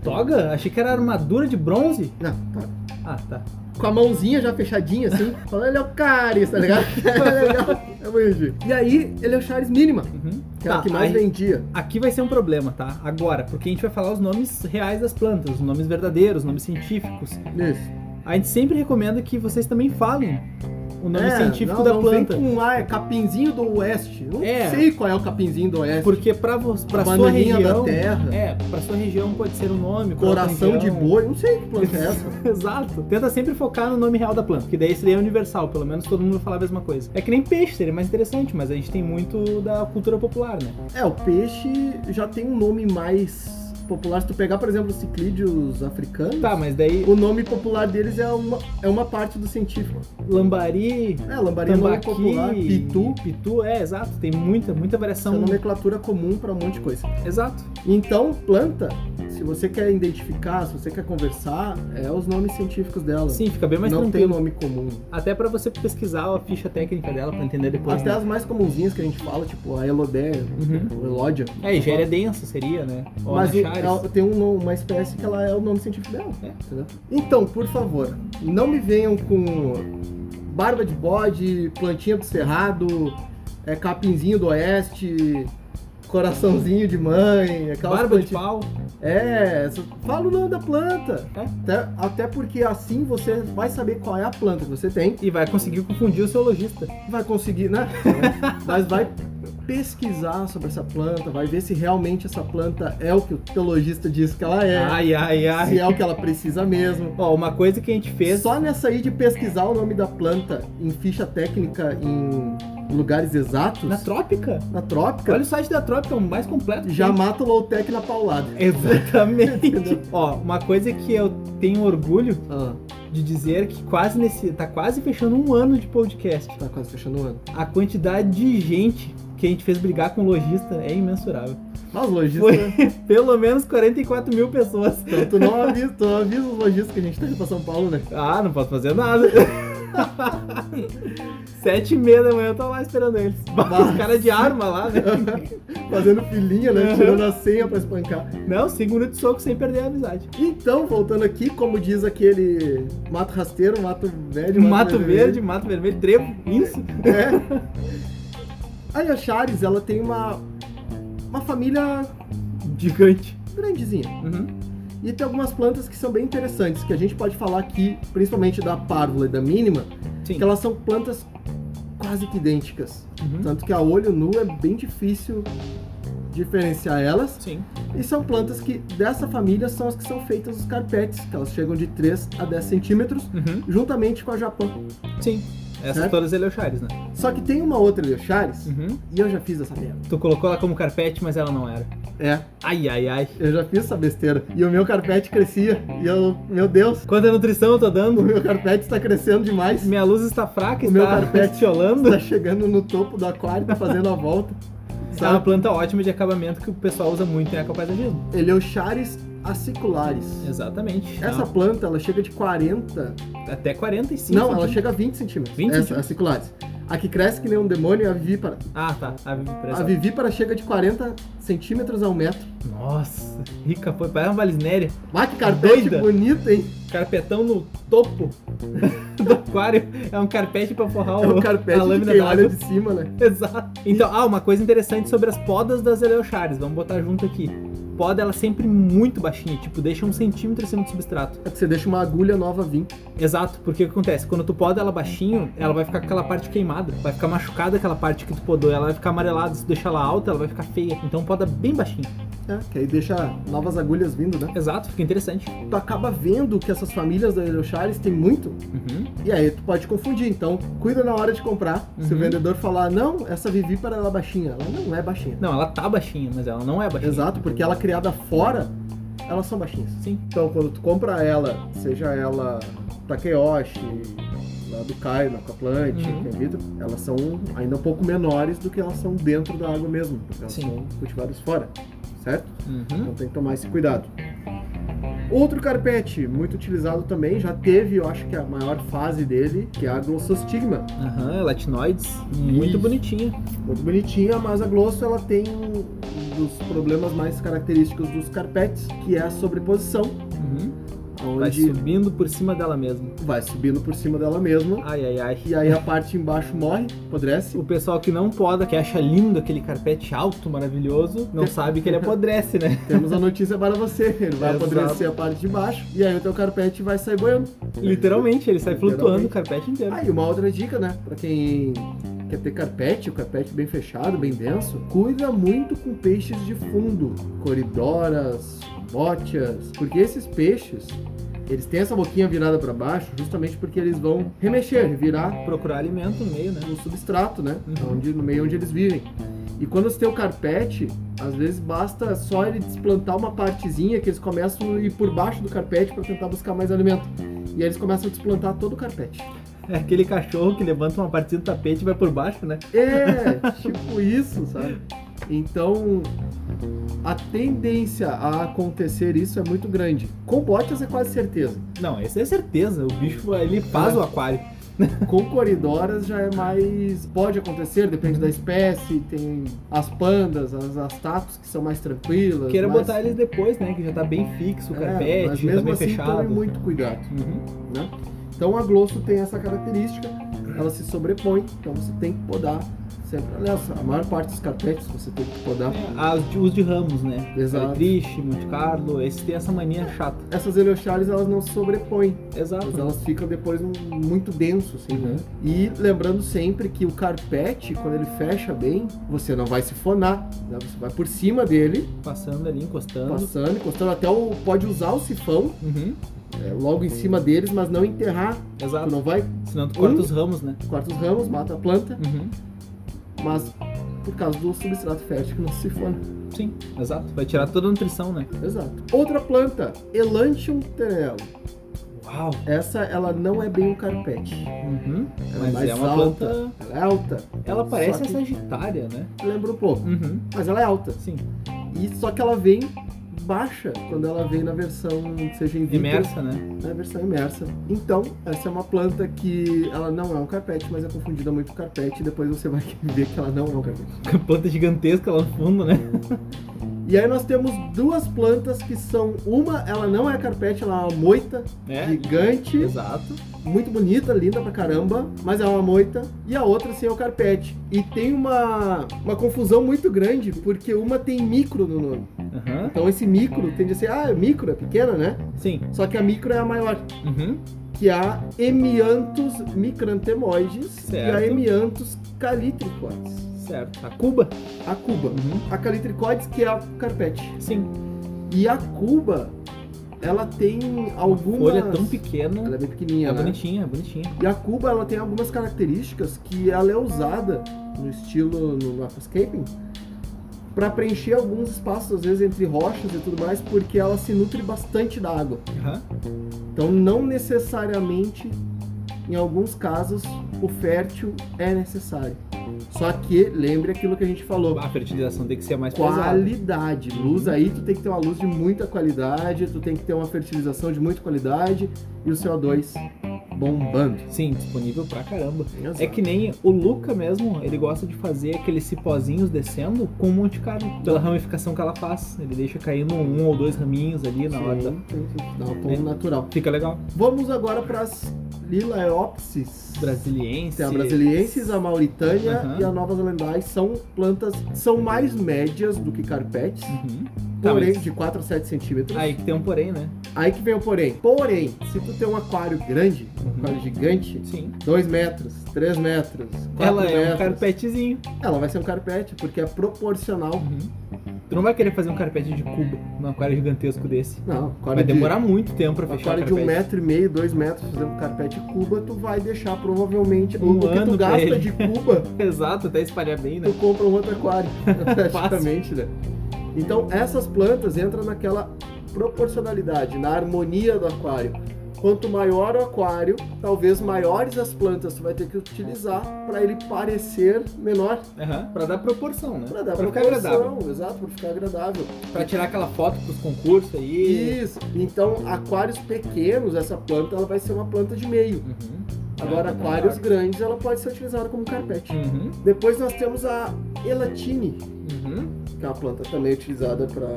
[SPEAKER 1] Toga? Achei que era armadura de bronze.
[SPEAKER 2] Não, tá.
[SPEAKER 1] Ah, tá.
[SPEAKER 2] com a mãozinha já fechadinha, assim, falando Eleocharis, tá ligado? É legal, é bonito. E aí, Eleocharis mínima,
[SPEAKER 1] Uhum.
[SPEAKER 2] que é a
[SPEAKER 1] Tá,
[SPEAKER 2] que mais
[SPEAKER 1] aí-
[SPEAKER 2] vendia.
[SPEAKER 1] Aqui vai ser um problema, tá? Agora, porque a gente vai falar os nomes reais das plantas, os nomes verdadeiros, os nomes científicos.
[SPEAKER 2] Isso.
[SPEAKER 1] A gente sempre recomenda que vocês também falem o nome
[SPEAKER 2] É,
[SPEAKER 1] científico
[SPEAKER 2] não,
[SPEAKER 1] da
[SPEAKER 2] não
[SPEAKER 1] planta.
[SPEAKER 2] Vem com, ah, é capinzinho do oeste. Eu Não
[SPEAKER 1] É.
[SPEAKER 2] sei qual é o capinzinho do oeste.
[SPEAKER 1] Porque pra, vo- pra
[SPEAKER 2] A
[SPEAKER 1] sua
[SPEAKER 2] bananinha
[SPEAKER 1] região.
[SPEAKER 2] da terra,
[SPEAKER 1] É, pra sua região pode ser um nome. pra outra
[SPEAKER 2] coração de
[SPEAKER 1] região-
[SPEAKER 2] boi, não sei que planta é essa.
[SPEAKER 1] Exato. Tenta sempre focar no nome real da planta, que daí esse daí é universal, pelo menos todo mundo vai falar a mesma coisa. É que nem peixe, seria mais interessante, mas a gente tem muito da cultura popular, né?
[SPEAKER 2] É, o peixe já tem um nome mais popular. Se tu pegar, por exemplo, os ciclídeos africanos,
[SPEAKER 1] Tá, mas daí
[SPEAKER 2] o nome popular deles é uma, é uma parte do científico.
[SPEAKER 1] lambari,
[SPEAKER 2] É, lambaria é um nome
[SPEAKER 1] tambaqui,
[SPEAKER 2] popular, pitu,
[SPEAKER 1] pitu, é, exato. Tem muita, muita
[SPEAKER 2] Essa é a
[SPEAKER 1] variação.
[SPEAKER 2] nomenclatura comum para um monte de coisa.
[SPEAKER 1] Exato.
[SPEAKER 2] Então, planta, se você quer identificar, se você quer conversar, é os nomes científicos dela.
[SPEAKER 1] Sim, fica bem mais
[SPEAKER 2] não tem
[SPEAKER 1] tranquilo.
[SPEAKER 2] nome comum.
[SPEAKER 1] Até pra você pesquisar a ficha técnica dela pra entender depois.
[SPEAKER 2] Até
[SPEAKER 1] né?
[SPEAKER 2] as mais comunzinhas que a gente fala, tipo a Elodea,
[SPEAKER 1] Uhum.
[SPEAKER 2] ou Elódia.
[SPEAKER 1] É, e já era densa, seria, né? Ou
[SPEAKER 2] Mas o-
[SPEAKER 1] Anachares.
[SPEAKER 2] ela tem um nome- uma espécie que ela é o nome científico dela.
[SPEAKER 1] É.
[SPEAKER 2] entendeu? Então, por favor, não me venham com barba de bode, plantinha do cerrado, é, capinzinho do oeste, coraçãozinho de mãe, aquelas
[SPEAKER 1] Barba de
[SPEAKER 2] plantinhas-
[SPEAKER 1] pau.
[SPEAKER 2] É, só- fala o nome da planta.
[SPEAKER 1] É.
[SPEAKER 2] Até, até porque assim você vai saber qual é a planta que você tem,
[SPEAKER 1] E vai conseguir confundir o seu lojista.
[SPEAKER 2] vai conseguir, né? Mas vai pesquisar sobre essa planta, vai ver se realmente essa planta é o que o teologista diz que ela é,
[SPEAKER 1] Ai, ai, ai.
[SPEAKER 2] se é o que ela precisa mesmo.
[SPEAKER 1] Ó, uma coisa que a gente fez.
[SPEAKER 2] Só nessa aí de pesquisar o nome da planta em ficha técnica em lugares exatos,
[SPEAKER 1] Na
[SPEAKER 2] na,
[SPEAKER 1] Trópica?
[SPEAKER 2] trópica,
[SPEAKER 1] Olha o site da Trópica, é o mais completo. que
[SPEAKER 2] já
[SPEAKER 1] tem.
[SPEAKER 2] mata o low-tech na paulada.
[SPEAKER 1] É Exatamente. Ó, uma coisa que eu tenho orgulho
[SPEAKER 2] Ah,
[SPEAKER 1] de dizer que quase nesse. tá quase fechando um ano de podcast.
[SPEAKER 2] tá quase fechando o ano.
[SPEAKER 1] A quantidade de gente que a gente fez brigar com o lojista é imensurável.
[SPEAKER 2] Mas lojista...
[SPEAKER 1] Foi pelo menos 44 mil pessoas.
[SPEAKER 2] Então tu não avisa, tu não avisa os lojistas que a gente tá indo pra São Paulo, né?
[SPEAKER 1] Ah, não posso fazer nada. Sete e meia da manhã eu tô lá esperando eles. Os caras de arma lá, né?
[SPEAKER 2] Fazendo filinha, né?
[SPEAKER 1] Uhum.
[SPEAKER 2] Tirando a senha pra espancar.
[SPEAKER 1] Não, cinco minutos de soco sem perder a amizade.
[SPEAKER 2] Então, voltando aqui, como diz aquele mato rasteiro, mato verde,
[SPEAKER 1] Mato verde, mato vermelho, trevo, isso.
[SPEAKER 2] É. A Yachares, ela tem uma, uma família
[SPEAKER 1] Gigante.
[SPEAKER 2] grandezinha.
[SPEAKER 1] Uhum.
[SPEAKER 2] E tem algumas plantas que são bem interessantes, que a gente pode falar aqui, principalmente da párvula e da mínima,
[SPEAKER 1] Sim.
[SPEAKER 2] que elas são plantas quase que idênticas.
[SPEAKER 1] Uhum.
[SPEAKER 2] Tanto que a olho nu é bem difícil diferenciar elas.
[SPEAKER 1] Sim.
[SPEAKER 2] E são plantas que, dessa família, são as que são feitas os carpetes, que elas chegam de 3 a 10 centímetros,
[SPEAKER 1] Uhum.
[SPEAKER 2] juntamente com a Japão.
[SPEAKER 1] Sim. Essas
[SPEAKER 2] Certo?
[SPEAKER 1] todas eleuchares, né?
[SPEAKER 2] Só que tem uma outra Leocharis,
[SPEAKER 1] Uhum.
[SPEAKER 2] e eu já fiz essa merda.
[SPEAKER 1] Tu colocou ela como carpete, mas ela não era.
[SPEAKER 2] É,
[SPEAKER 1] Ai, ai, ai.
[SPEAKER 2] eu já fiz essa besteira. E o meu carpete crescia, e eu, meu Deus,
[SPEAKER 1] Quanta nutrição eu tô
[SPEAKER 2] o
[SPEAKER 1] dando?
[SPEAKER 2] meu carpete está crescendo demais.
[SPEAKER 1] Minha luz está fraca,
[SPEAKER 2] O meu
[SPEAKER 1] está
[SPEAKER 2] carpete.
[SPEAKER 1] estiolando.
[SPEAKER 2] Tá chegando no topo do aquário, tá fazendo a volta.
[SPEAKER 1] É uma
[SPEAKER 2] Sabe?
[SPEAKER 1] planta ótima de acabamento que o pessoal usa muito em aquapaisagismo.
[SPEAKER 2] Ele é o Charis aciculares.
[SPEAKER 1] Exatamente. Então,
[SPEAKER 2] Essa planta, ela chega de 40.
[SPEAKER 1] Até 45.
[SPEAKER 2] não, ela
[SPEAKER 1] centímetros.
[SPEAKER 2] chega a 20 centímetros.
[SPEAKER 1] 20
[SPEAKER 2] essa,
[SPEAKER 1] centímetros?
[SPEAKER 2] aciculares. A que cresce que nem um demônio é a vivípara.
[SPEAKER 1] Ah, tá. A
[SPEAKER 2] A
[SPEAKER 1] vivípara.
[SPEAKER 2] vivípara chega de 40 centímetros ao metro.
[SPEAKER 1] Nossa, rica foi. Parece uma valisnéria.
[SPEAKER 2] Ah, que carpete
[SPEAKER 1] Doida.
[SPEAKER 2] bonito, hein?
[SPEAKER 1] Carpetão no topo do aquário. É um carpete pra forrar
[SPEAKER 2] É
[SPEAKER 1] o,
[SPEAKER 2] o carpete
[SPEAKER 1] a
[SPEAKER 2] que
[SPEAKER 1] lâmina
[SPEAKER 2] quem
[SPEAKER 1] da
[SPEAKER 2] olha
[SPEAKER 1] água.
[SPEAKER 2] de cima, né?
[SPEAKER 1] Exato. Então, ah, uma coisa interessante sobre as podas das eleochares. Vamos botar junto aqui. Poda ela é sempre muito baixinha, tipo, deixa um centímetro acima do substrato.
[SPEAKER 2] É que você deixa uma agulha nova vir.
[SPEAKER 1] Exato, porque o que acontece? Quando tu poda ela baixinho, ela vai ficar com aquela parte queimada, vai ficar machucada aquela parte que tu podou, ela vai ficar amarelada, se tu deixar ela alta, ela vai ficar feia. Então poda bem baixinho.
[SPEAKER 2] É, que aí deixa novas agulhas vindo, né?
[SPEAKER 1] Exato, fica interessante.
[SPEAKER 2] Tu acaba vendo que essas famílias da Erocharis tem muito
[SPEAKER 1] Uhum.
[SPEAKER 2] E aí tu pode confundir, então cuida na hora de comprar. Se o
[SPEAKER 1] Uhum.
[SPEAKER 2] vendedor falar, não, essa vivípara ela é baixinha, ela não é baixinha.
[SPEAKER 1] Não, ela tá baixinha, mas ela não é baixinha.
[SPEAKER 2] Exato, porque ela criada fora, elas são baixinhas.
[SPEAKER 1] Sim.
[SPEAKER 2] Então quando tu compra ela, seja ela Takeyoshi, lá do Caio, na Aquaplant,
[SPEAKER 1] Uhum.
[SPEAKER 2] que é vidro, elas são ainda um pouco menores do que elas são dentro da água mesmo, porque elas
[SPEAKER 1] Sim.
[SPEAKER 2] são cultivadas fora, certo?
[SPEAKER 1] Uhum.
[SPEAKER 2] Então tem que tomar esse cuidado. Outro carpete muito utilizado também, já teve, eu acho que a maior fase dele, que é a Glossostigma.
[SPEAKER 1] Aham, é latinoides. Muito
[SPEAKER 2] Isso.
[SPEAKER 1] bonitinha.
[SPEAKER 2] Muito bonitinha, mas a Glosso ela tem um dos problemas mais característicos dos carpetes, que é a sobreposição,
[SPEAKER 1] Uhum. Vai
[SPEAKER 2] onde vai,
[SPEAKER 1] subindo por cima dela mesma.
[SPEAKER 2] subindo por cima dela mesma,
[SPEAKER 1] Ai, ai, ai.
[SPEAKER 2] e aí a parte embaixo morre, apodrece.
[SPEAKER 1] O pessoal que não poda, que acha lindo aquele carpete alto, maravilhoso, não sabe que ele apodrece, né?
[SPEAKER 2] Temos a notícia para você, ele vai
[SPEAKER 1] Exato.
[SPEAKER 2] apodrecer a parte de baixo, e aí o teu carpete vai sair boiando.
[SPEAKER 1] Literalmente, ele sai flutuando
[SPEAKER 2] Literalmente.
[SPEAKER 1] o carpete inteiro.
[SPEAKER 2] Ah, e uma outra dica, né? Pra quem quer ter carpete, o carpete bem fechado, bem denso, cuida muito com peixes de fundo, coridoras, bótias, porque esses peixes, eles têm essa boquinha virada pra baixo, justamente porque eles vão remexer, virar
[SPEAKER 1] Procurar alimento no meio, né?
[SPEAKER 2] no substrato, né?
[SPEAKER 1] Uhum.
[SPEAKER 2] Onde, no meio onde eles vivem. E quando você tem o carpete, às vezes basta só ele desplantar uma partezinha que eles começam a ir por baixo do carpete pra tentar buscar mais alimento. E aí eles começam a desplantar todo o carpete.
[SPEAKER 1] É aquele cachorro que levanta uma parte do tapete e vai por baixo, né?
[SPEAKER 2] É, tipo isso, sabe? Então, a tendência a acontecer isso é muito grande. Com botes é quase certeza.
[SPEAKER 1] Não, essa é certeza. O bicho, ele faz
[SPEAKER 2] É.
[SPEAKER 1] o aquário.
[SPEAKER 2] Com coridoras já é mais. Pode acontecer, depende da espécie. Tem as pandas, as, as tatus que são mais tranquilas.
[SPEAKER 1] Queira
[SPEAKER 2] mas-
[SPEAKER 1] botar eles depois, né? Que já tá bem fixo o
[SPEAKER 2] É,
[SPEAKER 1] carpete,
[SPEAKER 2] mas
[SPEAKER 1] tá
[SPEAKER 2] mesmo
[SPEAKER 1] bem
[SPEAKER 2] assim,
[SPEAKER 1] fechado.
[SPEAKER 2] tome muito cuidado.
[SPEAKER 1] Uhum.
[SPEAKER 2] né? Então a Glosso tem essa característica, ela se sobrepõe, então você tem que podar sempre. Aliás, a maior parte dos carpetes você tem que podar.
[SPEAKER 1] É, as de- os de ramos, né?
[SPEAKER 2] Exato.
[SPEAKER 1] Triste, Monte Carlo, esses tem essa mania chata.
[SPEAKER 2] Essas eleochales elas não se sobrepõem,
[SPEAKER 1] Exato.
[SPEAKER 2] mas elas ficam depois num- muito denso, assim,
[SPEAKER 1] Uhum.
[SPEAKER 2] né? E lembrando sempre que o carpete, quando ele fecha bem, você não vai se fonar, né? você vai por cima dele,
[SPEAKER 1] Passando ali, encostando.
[SPEAKER 2] passando, encostando até o. Pode usar o sifão
[SPEAKER 1] Uhum.
[SPEAKER 2] é, logo em cima deles, mas não enterrar. Tu
[SPEAKER 1] Exato.
[SPEAKER 2] não vai,
[SPEAKER 1] Senão tu corta
[SPEAKER 2] Hum?
[SPEAKER 1] os ramos, né?
[SPEAKER 2] corta os ramos, mata a planta,
[SPEAKER 1] Uhum.
[SPEAKER 2] mas por causa do substrato fértil que não se fona.
[SPEAKER 1] Sim, exato. Vai tirar toda a nutrição, né?
[SPEAKER 2] Exato. Outra planta, Elantium terello.
[SPEAKER 1] Uau!
[SPEAKER 2] Essa ela não é bem um carpete.
[SPEAKER 1] Uhum.
[SPEAKER 2] Ela é
[SPEAKER 1] Mas
[SPEAKER 2] mais
[SPEAKER 1] é uma
[SPEAKER 2] alta.
[SPEAKER 1] planta.
[SPEAKER 2] Ela é alta.
[SPEAKER 1] Ela parece
[SPEAKER 2] Só que-
[SPEAKER 1] a Sagitária, né?
[SPEAKER 2] Lembra um pouco.
[SPEAKER 1] Uhum.
[SPEAKER 2] Mas ela é alta.
[SPEAKER 1] Sim.
[SPEAKER 2] E só que ela vem baixa quando ela vem na versão, seja em vitro,
[SPEAKER 1] Imersa, né?
[SPEAKER 2] na versão imersa. Então, essa é uma planta que ela não é um carpete, mas é confundida muito com carpete. E depois você vai ver que ela não é um carpete.
[SPEAKER 1] Planta gigantesca lá no fundo, né?
[SPEAKER 2] E aí nós temos duas plantas que são. Uma, ela não é carpete, ela é uma moita
[SPEAKER 1] É.
[SPEAKER 2] gigante,
[SPEAKER 1] Exato.
[SPEAKER 2] muito bonita, linda pra caramba, mas é uma moita. E a outra, sim, é o carpete. E tem uma, uma confusão muito grande, porque uma tem micro no nome.
[SPEAKER 1] Aham.
[SPEAKER 2] Então esse micro tende a ser, ah, micro, é pequena, né?
[SPEAKER 1] Sim.
[SPEAKER 2] Só que a micro é a maior,
[SPEAKER 1] Uhum.
[SPEAKER 2] que é a Hemianthus micrantemoides
[SPEAKER 1] Certo.
[SPEAKER 2] e a Hemianthus calitricoides.
[SPEAKER 1] Certo. A Cuba?
[SPEAKER 2] A cuba.
[SPEAKER 1] Uhum.
[SPEAKER 2] A calitricoides, que é a carpete.
[SPEAKER 1] Sim.
[SPEAKER 2] E a cuba, ela tem algumas...
[SPEAKER 1] Folha tão pequena.
[SPEAKER 2] Ela é bem pequenininha,
[SPEAKER 1] É
[SPEAKER 2] né?
[SPEAKER 1] bonitinha, é bonitinha.
[SPEAKER 2] E a cuba, ela tem algumas características que ela é usada no estilo, no aquascaping, para preencher alguns espaços, às vezes, entre rochas e tudo mais, porque ela se nutre bastante da água.
[SPEAKER 1] Aham.
[SPEAKER 2] Então, não necessariamente, em alguns casos, o fértil é necessário. Só que, lembre aquilo que a gente falou.
[SPEAKER 1] A fertilização tem que ser mais pesada.
[SPEAKER 2] Qualidade, luz aí tu tem que ter uma luz de muita qualidade, tu tem que ter uma fertilização de muita qualidade e o CO2 bombando.
[SPEAKER 1] Sim, disponível pra caramba. É que nem o Luca mesmo, ele gosta de fazer aqueles cipózinhos descendo com um monte de cara. Pela ramificação que ela faz. Ele deixa caindo um ou dois raminhos ali na hora. Da...
[SPEAKER 2] Dá um tom
[SPEAKER 1] É.
[SPEAKER 2] natural.
[SPEAKER 1] Fica legal.
[SPEAKER 2] Vamos agora para as Lilaeopsis.
[SPEAKER 1] Brasiliense. Uhum.
[SPEAKER 2] Tem a brasiliensis, a mauritânia
[SPEAKER 1] Aham.
[SPEAKER 2] e a nova zelandais são plantas são mais médias do que carpetes,
[SPEAKER 1] Uhum. Tá,
[SPEAKER 2] porém
[SPEAKER 1] mas-
[SPEAKER 2] de 4 a 7 centímetros.
[SPEAKER 1] Aí que tem um porém, né?
[SPEAKER 2] Aí que vem o porém. Porém, se tu tem um aquário grande, um
[SPEAKER 1] Uhum.
[SPEAKER 2] aquário gigante,
[SPEAKER 1] Sim.
[SPEAKER 2] 2 metros, 3 metros, 4
[SPEAKER 1] Ela
[SPEAKER 2] metros.
[SPEAKER 1] é um carpetezinho.
[SPEAKER 2] Ela vai ser um carpete, porque é proporcional.
[SPEAKER 1] Uhum. Tu não vai querer fazer um carpete de cubo num aquário gigantesco desse.
[SPEAKER 2] Não, aquário
[SPEAKER 1] Vai
[SPEAKER 2] de-
[SPEAKER 1] demorar muito tempo pra
[SPEAKER 2] um
[SPEAKER 1] fechar
[SPEAKER 2] aquário
[SPEAKER 1] o
[SPEAKER 2] de um
[SPEAKER 1] carpete.
[SPEAKER 2] metro e meio, dois metros, por exemplo, carpete cuba, tu vai deixar provavelmente
[SPEAKER 1] Um
[SPEAKER 2] o que tu
[SPEAKER 1] ano pra
[SPEAKER 2] gasta
[SPEAKER 1] ele.
[SPEAKER 2] de cuba,
[SPEAKER 1] Exato, até espalhar bem, né?
[SPEAKER 2] tu compra um outro aquário, praticamente, né? Então essas plantas entram naquela proporcionalidade, na harmonia do aquário. Quanto maior o aquário, talvez maiores as plantas tu vai ter que utilizar para ele parecer menor,
[SPEAKER 1] Aham, Pra dar proporção, né?
[SPEAKER 2] para dar
[SPEAKER 1] pra ficar
[SPEAKER 2] proporção,
[SPEAKER 1] agradável.
[SPEAKER 2] exato, para ficar agradável.
[SPEAKER 1] Pra tirar aquela foto pros concursos aí.
[SPEAKER 2] Isso. Então, aquários pequenos, essa planta ela vai ser uma planta de meio.
[SPEAKER 1] Uhum.
[SPEAKER 2] Agora,
[SPEAKER 1] É, tá
[SPEAKER 2] aquários
[SPEAKER 1] melhor.
[SPEAKER 2] grandes, ela pode ser utilizada como carpete.
[SPEAKER 1] Uhum.
[SPEAKER 2] Depois nós temos a elatine,
[SPEAKER 1] Uhum.
[SPEAKER 2] que é uma planta também utilizada para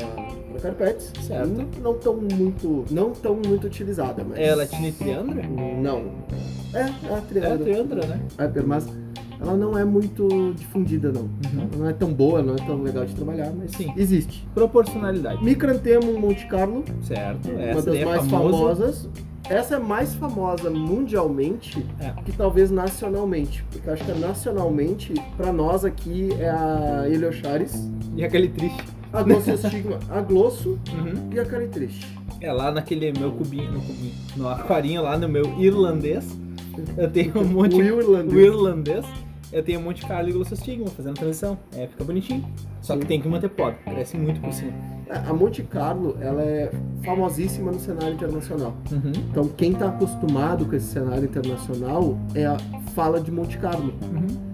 [SPEAKER 2] carpetes.
[SPEAKER 1] Certo.
[SPEAKER 2] Não, não tão muito, não tão muito utilizada, mas
[SPEAKER 1] É latina e triandra?
[SPEAKER 2] não. É, é a
[SPEAKER 1] É a
[SPEAKER 2] triandra.
[SPEAKER 1] triandra, né?
[SPEAKER 2] É, mas ela não é muito difundida não.
[SPEAKER 1] Uhum.
[SPEAKER 2] Ela não é tão boa, não é tão legal de trabalhar, mas
[SPEAKER 1] Sim.
[SPEAKER 2] existe.
[SPEAKER 1] Proporcionalidade.
[SPEAKER 2] Micrantemo Monte Carlo,
[SPEAKER 1] Certo.
[SPEAKER 2] uma
[SPEAKER 1] Essa
[SPEAKER 2] das
[SPEAKER 1] daí é
[SPEAKER 2] mais
[SPEAKER 1] famosa.
[SPEAKER 2] famosas. Essa é mais famosa mundialmente
[SPEAKER 1] É.
[SPEAKER 2] que talvez nacionalmente. Porque eu acho que nacionalmente, pra nós aqui, é a Heliocharis,
[SPEAKER 1] E aquele triste.
[SPEAKER 2] a Glossostigma, a Glosso
[SPEAKER 1] Uhum.
[SPEAKER 2] e a Caritriche.
[SPEAKER 1] É lá naquele meu cubinho, no cubinho, no aquarinho lá no meu irlandês. Eu tenho um monte
[SPEAKER 2] O Irlandês.
[SPEAKER 1] o irlandês, eu tenho um monte de Carlo e glossostigma fazendo transição. É, fica bonitinho. Só que tem que manter poda, cresce muito por cima.
[SPEAKER 2] É, A Monte Carlo, ela é famosíssima no cenário internacional.
[SPEAKER 1] Uhum,
[SPEAKER 2] Então, quem tá acostumado com esse cenário internacional é a fala de Monte Carlo.
[SPEAKER 1] uhum.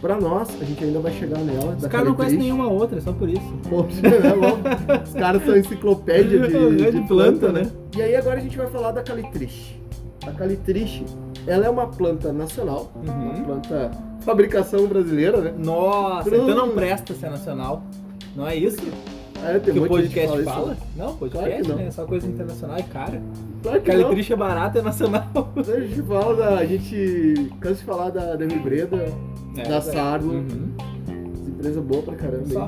[SPEAKER 2] Pra nós, a gente ainda vai chegar nela.
[SPEAKER 1] Os
[SPEAKER 2] da
[SPEAKER 1] caras não conhecem
[SPEAKER 2] Caritriche.
[SPEAKER 1] nenhuma outra, é só por isso.
[SPEAKER 2] Poxa, né, logo, os caras são enciclopédia de,
[SPEAKER 1] É,
[SPEAKER 2] de
[SPEAKER 1] de
[SPEAKER 2] planta,
[SPEAKER 1] planta,
[SPEAKER 2] né? E aí agora a gente vai falar da calitriche. A calitriche, ela é uma planta nacional, uma
[SPEAKER 1] Uhum.
[SPEAKER 2] planta fabricação brasileira, né?
[SPEAKER 1] Nossa,
[SPEAKER 2] Cruz.
[SPEAKER 1] então não presta ser nacional. Não é isso
[SPEAKER 2] É, tem
[SPEAKER 1] que
[SPEAKER 2] um
[SPEAKER 1] o
[SPEAKER 2] monte de gente
[SPEAKER 1] podcast
[SPEAKER 2] que
[SPEAKER 1] fala?
[SPEAKER 2] isso.
[SPEAKER 1] Não,
[SPEAKER 2] Claro
[SPEAKER 1] podcast,
[SPEAKER 2] que não.
[SPEAKER 1] né? É só coisa internacional e cara.
[SPEAKER 2] Claro que não.
[SPEAKER 1] Calitriche é barato, é nacional.
[SPEAKER 2] A gente fala da, a gente cansa de falar da, da Ribreda,
[SPEAKER 1] É,
[SPEAKER 2] da
[SPEAKER 1] é.
[SPEAKER 2] Sarlo,
[SPEAKER 1] Uhum.
[SPEAKER 2] empresa boa pra caramba.
[SPEAKER 1] Só.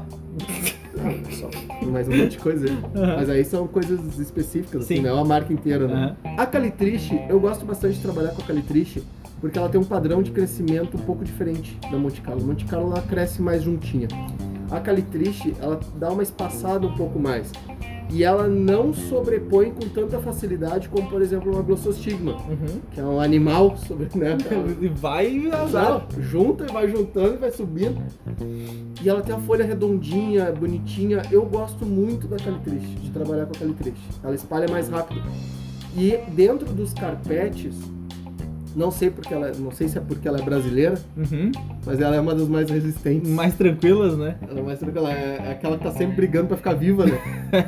[SPEAKER 2] hein? Ah, só. Tem Mais um monte de coisa. aí.
[SPEAKER 1] Aham.
[SPEAKER 2] Mas aí são coisas específicas, assim,
[SPEAKER 1] Uhum. Sim. Uhum.
[SPEAKER 2] não é uma marca inteira, né?
[SPEAKER 1] Aham.
[SPEAKER 2] A calitriche, eu gosto bastante de trabalhar com a calitriche, porque ela tem um padrão de crescimento um pouco diferente da Monte Carlo. A Monte Carlo ela cresce mais juntinha. A calitriche, ela dá uma espaçada um pouco mais. E ela não sobrepõe com tanta facilidade como, por exemplo, uma glossostigma,
[SPEAKER 1] Uhum.
[SPEAKER 2] que é um animal sobre, né?
[SPEAKER 1] E vai azar.
[SPEAKER 2] Ela junta e vai juntando e vai subindo. E ela tem a folha redondinha, bonitinha. Eu gosto muito da calitriche, de trabalhar com a calitriche. Ela espalha mais rápido. E dentro dos carpetes, não sei porque ela, não sei se é porque ela é brasileira,
[SPEAKER 1] Uhum.
[SPEAKER 2] mas ela é uma das mais resistentes.
[SPEAKER 1] Mais tranquilas, né?
[SPEAKER 2] Ela é mais tranquila, é é aquela que tá sempre brigando pra ficar viva, né?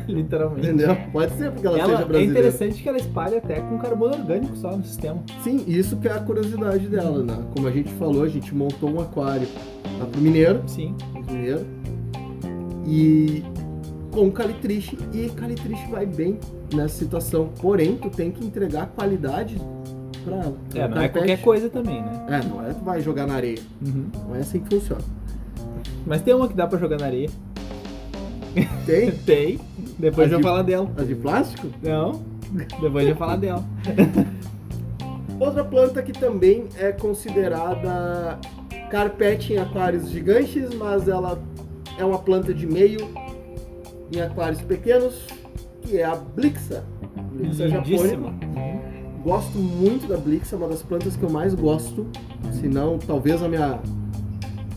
[SPEAKER 1] Literalmente.
[SPEAKER 2] Entendeu? Pode ser porque ela, seja
[SPEAKER 1] Ela, é
[SPEAKER 2] brasileira.
[SPEAKER 1] interessante que ela espalha até com carbono orgânico só no sistema.
[SPEAKER 2] Sim, isso que é a curiosidade dela, né? Como a gente falou, a gente montou um aquário lá pro mineiro.
[SPEAKER 1] Sim.
[SPEAKER 2] Mineiro. E com calitriche e calitriche vai bem nessa situação. Porém, tu tem que entregar qualidade pra ela.
[SPEAKER 1] É, não é
[SPEAKER 2] Carpete-
[SPEAKER 1] qualquer coisa também, né?
[SPEAKER 2] É, não é tu vai jogar na areia.
[SPEAKER 1] Uhum.
[SPEAKER 2] Não é assim que funciona.
[SPEAKER 1] Mas tem uma que dá pra jogar na areia.
[SPEAKER 2] Tem
[SPEAKER 1] Tem. Depois
[SPEAKER 2] Mas
[SPEAKER 1] eu
[SPEAKER 2] de-
[SPEAKER 1] vou falar dela.
[SPEAKER 2] as de plástico.
[SPEAKER 1] Não. Depois eu vou falar dela.
[SPEAKER 2] Outra planta que também é considerada carpete em aquários gigantes, mas ela é uma planta de meio em aquários pequenos, que é a blixa.
[SPEAKER 1] é
[SPEAKER 2] Blixa japônica.
[SPEAKER 1] Lindíssima. Uhum.
[SPEAKER 2] Gosto muito da Blix, é uma das plantas que eu mais gosto. Se não, talvez a minha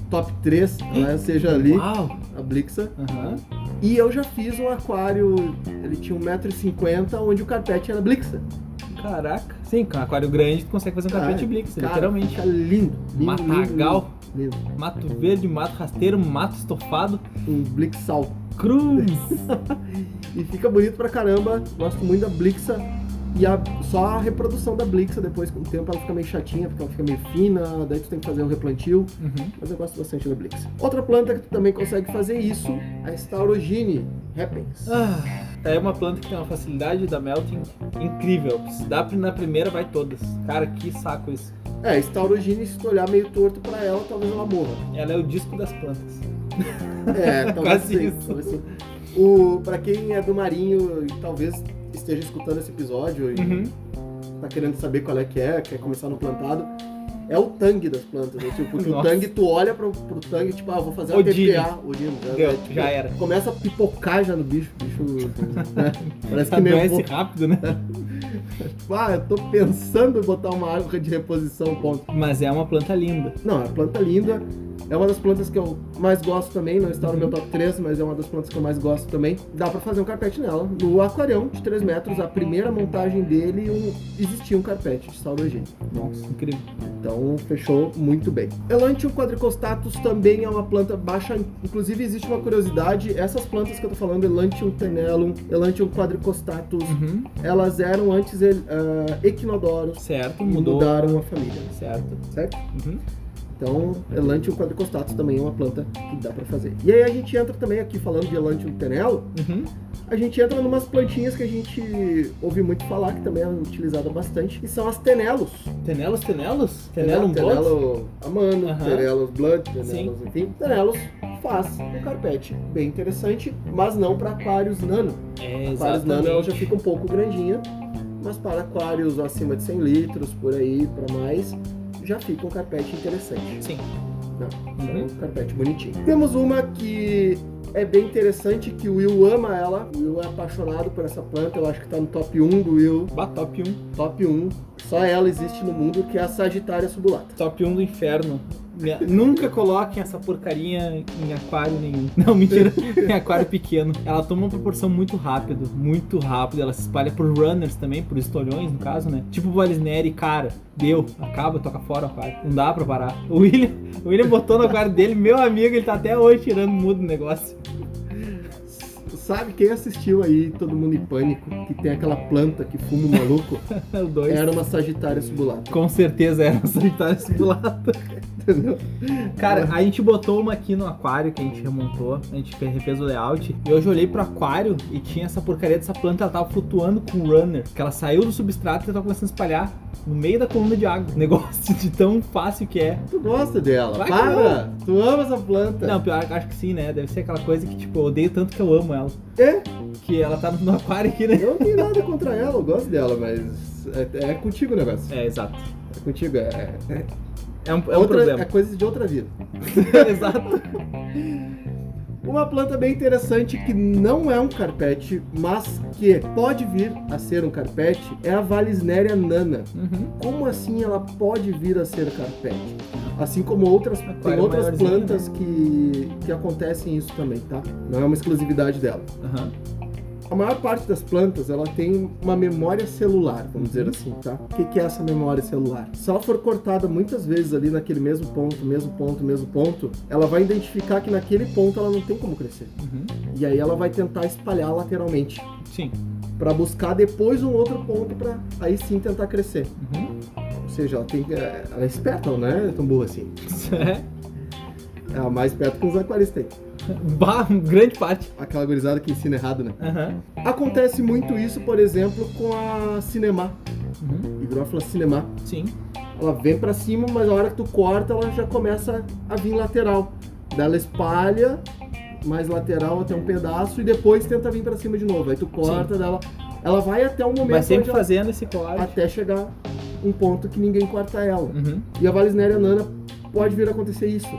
[SPEAKER 2] top 3 né, seja ali,
[SPEAKER 1] Uau.
[SPEAKER 2] a Blixa.
[SPEAKER 1] Aham.
[SPEAKER 2] E eu já fiz um aquário, ele tinha 1,50m, onde o carpete era Blixa.
[SPEAKER 1] Caraca. Sim, com um aquário grande tu consegue fazer um
[SPEAKER 2] Cara,
[SPEAKER 1] carpete blix,
[SPEAKER 2] Cara,
[SPEAKER 1] literalmente.
[SPEAKER 2] fica lindo, lindo,
[SPEAKER 1] Matagal,
[SPEAKER 2] lindo, lindo.
[SPEAKER 1] mato verde, mato rasteiro, mato estofado,
[SPEAKER 2] Um Blixal.
[SPEAKER 1] cruz.
[SPEAKER 2] E fica bonito pra caramba, gosto muito da Blixa. E a- só a reprodução da Blixa, depois com o tempo ela fica meio chatinha, porque ela fica meio fina, daí tu tem que fazer o replantio.
[SPEAKER 1] Uhum.
[SPEAKER 2] mas eu gosto bastante da Blix. Outra planta que tu também consegue fazer isso, a Staurogine Happens.
[SPEAKER 1] Ah, é uma planta que tem uma facilidade da melting incrível. Se dá pra- na primeira, vai todas. Cara, que saco isso.
[SPEAKER 2] É, a Staurogine, se tu olhar meio torto pra ela, talvez ela morra.
[SPEAKER 1] Ela é o disco das plantas.
[SPEAKER 2] É, talvez
[SPEAKER 1] Quase
[SPEAKER 2] sim,
[SPEAKER 1] isso.
[SPEAKER 2] talvez sim. O, pra quem é do marinho e talvez esteja escutando esse episódio e
[SPEAKER 1] Uhum.
[SPEAKER 2] tá querendo saber qual é que é, quer começar no plantado, é o tangue das plantas, né? Tipo, porque o
[SPEAKER 1] Nossa.
[SPEAKER 2] tangue, tu olha pro, pro tangue, tipo, ah, vou fazer uma
[SPEAKER 1] Odine.
[SPEAKER 2] TPA, Odine, né?
[SPEAKER 1] Deu,
[SPEAKER 2] Tipo,
[SPEAKER 1] já é. era.
[SPEAKER 2] Começa a pipocar já no bicho, o bicho, né? Parece que
[SPEAKER 1] Adoece
[SPEAKER 2] nevou.
[SPEAKER 1] Tá rápido, né?
[SPEAKER 2] Tipo, ah, eu tô pensando em botar uma árvore de reposição, ponto.
[SPEAKER 1] Mas é uma planta linda.
[SPEAKER 2] Não, é uma planta linda. É uma das plantas que eu mais gosto também, não está no meu top 3, mas é uma das plantas que eu mais gosto também. Dá pra fazer um carpete nela. No aquarião de 3 metros, a primeira montagem dele um- existia um carpete de saurogênio.
[SPEAKER 1] Nossa, incrível.
[SPEAKER 2] Então fechou muito bem. Elantium quadricostatus também é uma planta baixa. Inclusive existe uma curiosidade, essas plantas que eu tô falando, um Elantium tenellum, Elantium um quadricostatus,
[SPEAKER 1] Uhum.
[SPEAKER 2] elas eram antes eh, ah, equinodoros
[SPEAKER 1] Certo,
[SPEAKER 2] e
[SPEAKER 1] mudou.
[SPEAKER 2] mudaram a família,
[SPEAKER 1] Certo.
[SPEAKER 2] certo?
[SPEAKER 1] Uhum.
[SPEAKER 2] Então, Elantium quadricostatus também é uma planta que dá pra fazer. E aí a gente entra também aqui falando de Elantium tenelo,
[SPEAKER 1] Uhum.
[SPEAKER 2] a gente entra numas plantinhas que a gente ouve muito falar, que também é utilizada bastante, e são as tenelos.
[SPEAKER 1] Tenelos, tenelos? Tenelum box?
[SPEAKER 2] Tenelo amano,
[SPEAKER 1] Aham.
[SPEAKER 2] tenelos blood,
[SPEAKER 1] Sim.
[SPEAKER 2] tenelos, enfim. Tenelos faz um carpete bem interessante, mas não para aquários nano.
[SPEAKER 1] É,
[SPEAKER 2] Aquários nano ela já
[SPEAKER 1] exatamente.
[SPEAKER 2] fica um pouco grandinha, mas para aquários acima de 100 litros, por aí, para mais, já fica um carpete interessante.
[SPEAKER 1] Sim.
[SPEAKER 2] Então,
[SPEAKER 1] Uhum.
[SPEAKER 2] um carpete bonitinho. Temos uma que é bem interessante, que o Will ama ela. O Will é apaixonado por essa planta, eu acho que tá no top 1 do Will.
[SPEAKER 1] Bah, top 1.
[SPEAKER 2] Top 1. Só ela existe no mundo, que é a Sagitária subulata.
[SPEAKER 1] Top 1 do inferno. Minha- Nunca coloquem essa porcaria em aquário nenhum. Não, mentira. em aquário pequeno. Ela toma uma proporção muito rápido. Muito rápido. Ela se espalha por runners também, por estolhões, no caso, né? Tipo o Valisneri, cara. Deu. Acaba, toca fora o aquário. Não dá pra parar. O William, o William botou no aquário dele. Meu amigo, ele tá até hoje tirando mudo o negócio.
[SPEAKER 2] Sabe quem assistiu aí Todo Mundo em Pânico, que tem aquela planta que fuma o maluco?
[SPEAKER 1] É O dois.
[SPEAKER 2] Era uma Sagitária subulata,
[SPEAKER 1] Com certeza era um solitário simulado.
[SPEAKER 2] entendeu?
[SPEAKER 1] Cara, a gente botou uma aqui no aquário que a gente remontou, a gente fe- refez o layout. E hoje eu olhei pro aquário e tinha essa porcaria dessa planta, ela tava flutuando com o runner. Que ela saiu do substrato e tava começando a espalhar no meio da coluna de água. Negócio de tão fácil que é.
[SPEAKER 2] Tu gosta dela,
[SPEAKER 1] Vai que
[SPEAKER 2] para! Tu ama essa planta.
[SPEAKER 1] Não, pior, acho que sim, né? Deve ser aquela coisa que, tipo, eu odeio tanto que eu amo ela.
[SPEAKER 2] É?
[SPEAKER 1] Que ela tá no aquário aqui, né?
[SPEAKER 2] Eu não tenho nada contra ela, eu gosto dela, mas é, é contigo o negócio.
[SPEAKER 1] É, exato.
[SPEAKER 2] É contigo, é, é,
[SPEAKER 1] É um, é um
[SPEAKER 2] outra,
[SPEAKER 1] problema.
[SPEAKER 2] é coisa de outra vida.
[SPEAKER 1] exato.
[SPEAKER 2] Uma planta bem interessante que não é um carpete, mas que pode vir a ser um carpete, é a Valisneria nana.
[SPEAKER 1] Uhum.
[SPEAKER 2] Como assim ela pode vir a ser carpete? Assim como outras, tem
[SPEAKER 1] Aquário
[SPEAKER 2] outras
[SPEAKER 1] maiorzinho, né?
[SPEAKER 2] plantas que, que acontecem isso também, tá? Não é uma exclusividade dela.
[SPEAKER 1] Aham.
[SPEAKER 2] A maior parte das plantas, ela tem uma memória celular, vamos
[SPEAKER 1] Uhum.
[SPEAKER 2] dizer assim, tá? O que, que é essa memória celular? Se ela for cortada muitas vezes ali naquele mesmo ponto, mesmo ponto, mesmo ponto, ela vai identificar que naquele ponto ela não tem como crescer.
[SPEAKER 1] Uhum.
[SPEAKER 2] E aí ela vai tentar espalhar lateralmente
[SPEAKER 1] Sim.
[SPEAKER 2] para buscar depois um outro ponto para aí sim tentar crescer.
[SPEAKER 1] Uhum.
[SPEAKER 2] Ou seja, ela tem é, ela é esperta, né? É tão burra assim.
[SPEAKER 1] É.
[SPEAKER 2] É a mais esperta que os aquaristas têm.
[SPEAKER 1] Bah, grande parte.
[SPEAKER 2] Aquela gurizada que ensina errado, né?
[SPEAKER 1] Aham.
[SPEAKER 2] Acontece muito isso, por exemplo, com a Cinema.
[SPEAKER 1] Uhum.
[SPEAKER 2] E virou a falar Cinema.
[SPEAKER 1] Sim.
[SPEAKER 2] Ela vem pra cima, mas a hora que tu corta, ela já começa a vir lateral. Daí ela espalha, mais lateral até um pedaço, e depois tenta vir pra cima de novo. Aí tu corta dela. Ela vai até o momento
[SPEAKER 1] Mas sempre
[SPEAKER 2] onde ela-
[SPEAKER 1] fazendo esse corte.
[SPEAKER 2] até chegar um ponto que ninguém corta ela.
[SPEAKER 1] Uhum.
[SPEAKER 2] E a Valisneria nana pode vir a acontecer isso.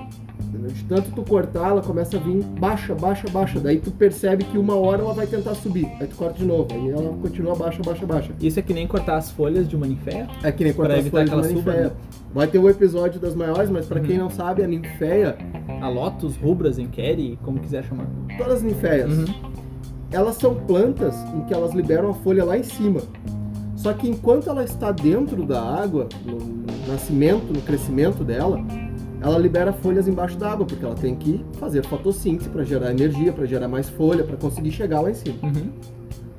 [SPEAKER 2] entendeu? De tanto tu cortar, ela começa a vir baixa, baixa, baixa. Daí tu percebe que uma hora ela vai tentar subir. Aí tu corta de novo. Aí ela continua baixa, baixa, baixa.
[SPEAKER 1] Isso é que nem cortar as folhas de uma ninféia.
[SPEAKER 2] É que nem cortar
[SPEAKER 1] Pra
[SPEAKER 2] as
[SPEAKER 1] evitar
[SPEAKER 2] folhas
[SPEAKER 1] que ela
[SPEAKER 2] de uma
[SPEAKER 1] suba,
[SPEAKER 2] ninféia. Vai ter o episódio das maiores, mas pra
[SPEAKER 1] Uhum.
[SPEAKER 2] quem não sabe, a ninféia,
[SPEAKER 1] A Lotus, Rubras, Enquere, como quiser chamar.
[SPEAKER 2] todas as ninféias,
[SPEAKER 1] Uhum.
[SPEAKER 2] elas são plantas em que elas liberam a folha lá em cima. Só que enquanto ela está dentro da água, no no nascimento, no crescimento dela, ela libera folhas embaixo da água, porque ela tem que fazer fotossíntese para gerar energia, para gerar mais folha, para conseguir chegar lá em cima.
[SPEAKER 1] Uhum.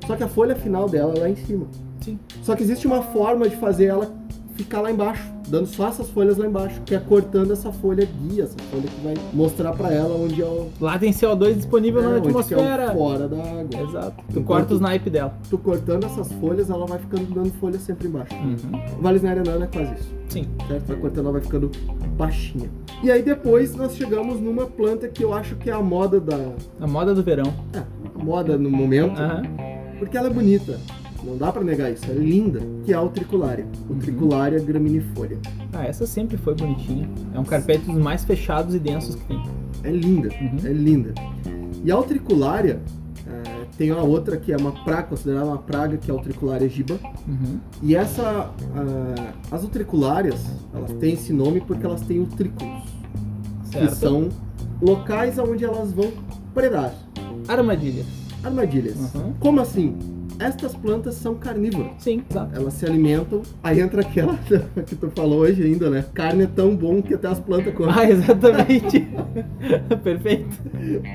[SPEAKER 2] Só que a folha final dela é lá em cima.
[SPEAKER 1] Sim.
[SPEAKER 2] Só que existe uma forma de fazer ela ficar lá embaixo, dando só essas folhas lá embaixo, que é cortando essa folha guia, essa folha que vai mostrar para ela onde é o
[SPEAKER 1] Lá tem CO2 disponível na
[SPEAKER 2] é, onde que é o
[SPEAKER 1] atmosfera. É
[SPEAKER 2] fora da água.
[SPEAKER 1] Exato. Tu
[SPEAKER 2] Enquanto-
[SPEAKER 1] corta os naipes dela.
[SPEAKER 2] Tu cortando essas folhas, ela vai ficando dando folha sempre embaixo.
[SPEAKER 1] Uhum.
[SPEAKER 2] Valisneria nana é quase isso,
[SPEAKER 1] Sim.
[SPEAKER 2] certo? Vai cortando, ela vai ficando baixinha. E aí depois nós chegamos numa planta que eu acho que é a moda da...
[SPEAKER 1] A moda do verão.
[SPEAKER 2] É, a moda no momento,
[SPEAKER 1] Aham.
[SPEAKER 2] porque ela é bonita. Não dá pra negar isso, é linda, que é a utricularia. Utricularia graminifolia.
[SPEAKER 1] Ah, essa sempre foi bonitinha. É um carpete dos mais fechados e densos que tem.
[SPEAKER 2] É linda,
[SPEAKER 1] Uhum.
[SPEAKER 2] é linda. E a utricularia, é, tem uma outra que é uma praga, considerada uma praga, que é a utricularia giba.
[SPEAKER 1] Uhum.
[SPEAKER 2] E essa. ah, as utriculárias, elas têm esse nome porque elas têm utrículos, que
[SPEAKER 1] Certo.
[SPEAKER 2] são locais onde elas vão predar.
[SPEAKER 1] Armadilhas.
[SPEAKER 2] Armadilhas.
[SPEAKER 1] Uhum.
[SPEAKER 2] Como assim? Estas plantas são carnívoras.
[SPEAKER 1] Sim, exato.
[SPEAKER 2] Elas se alimentam. Aí entra aquela que tu falou hoje ainda, né? Carne é tão bom que até as plantas comem.
[SPEAKER 1] Ah, exatamente. Perfeito.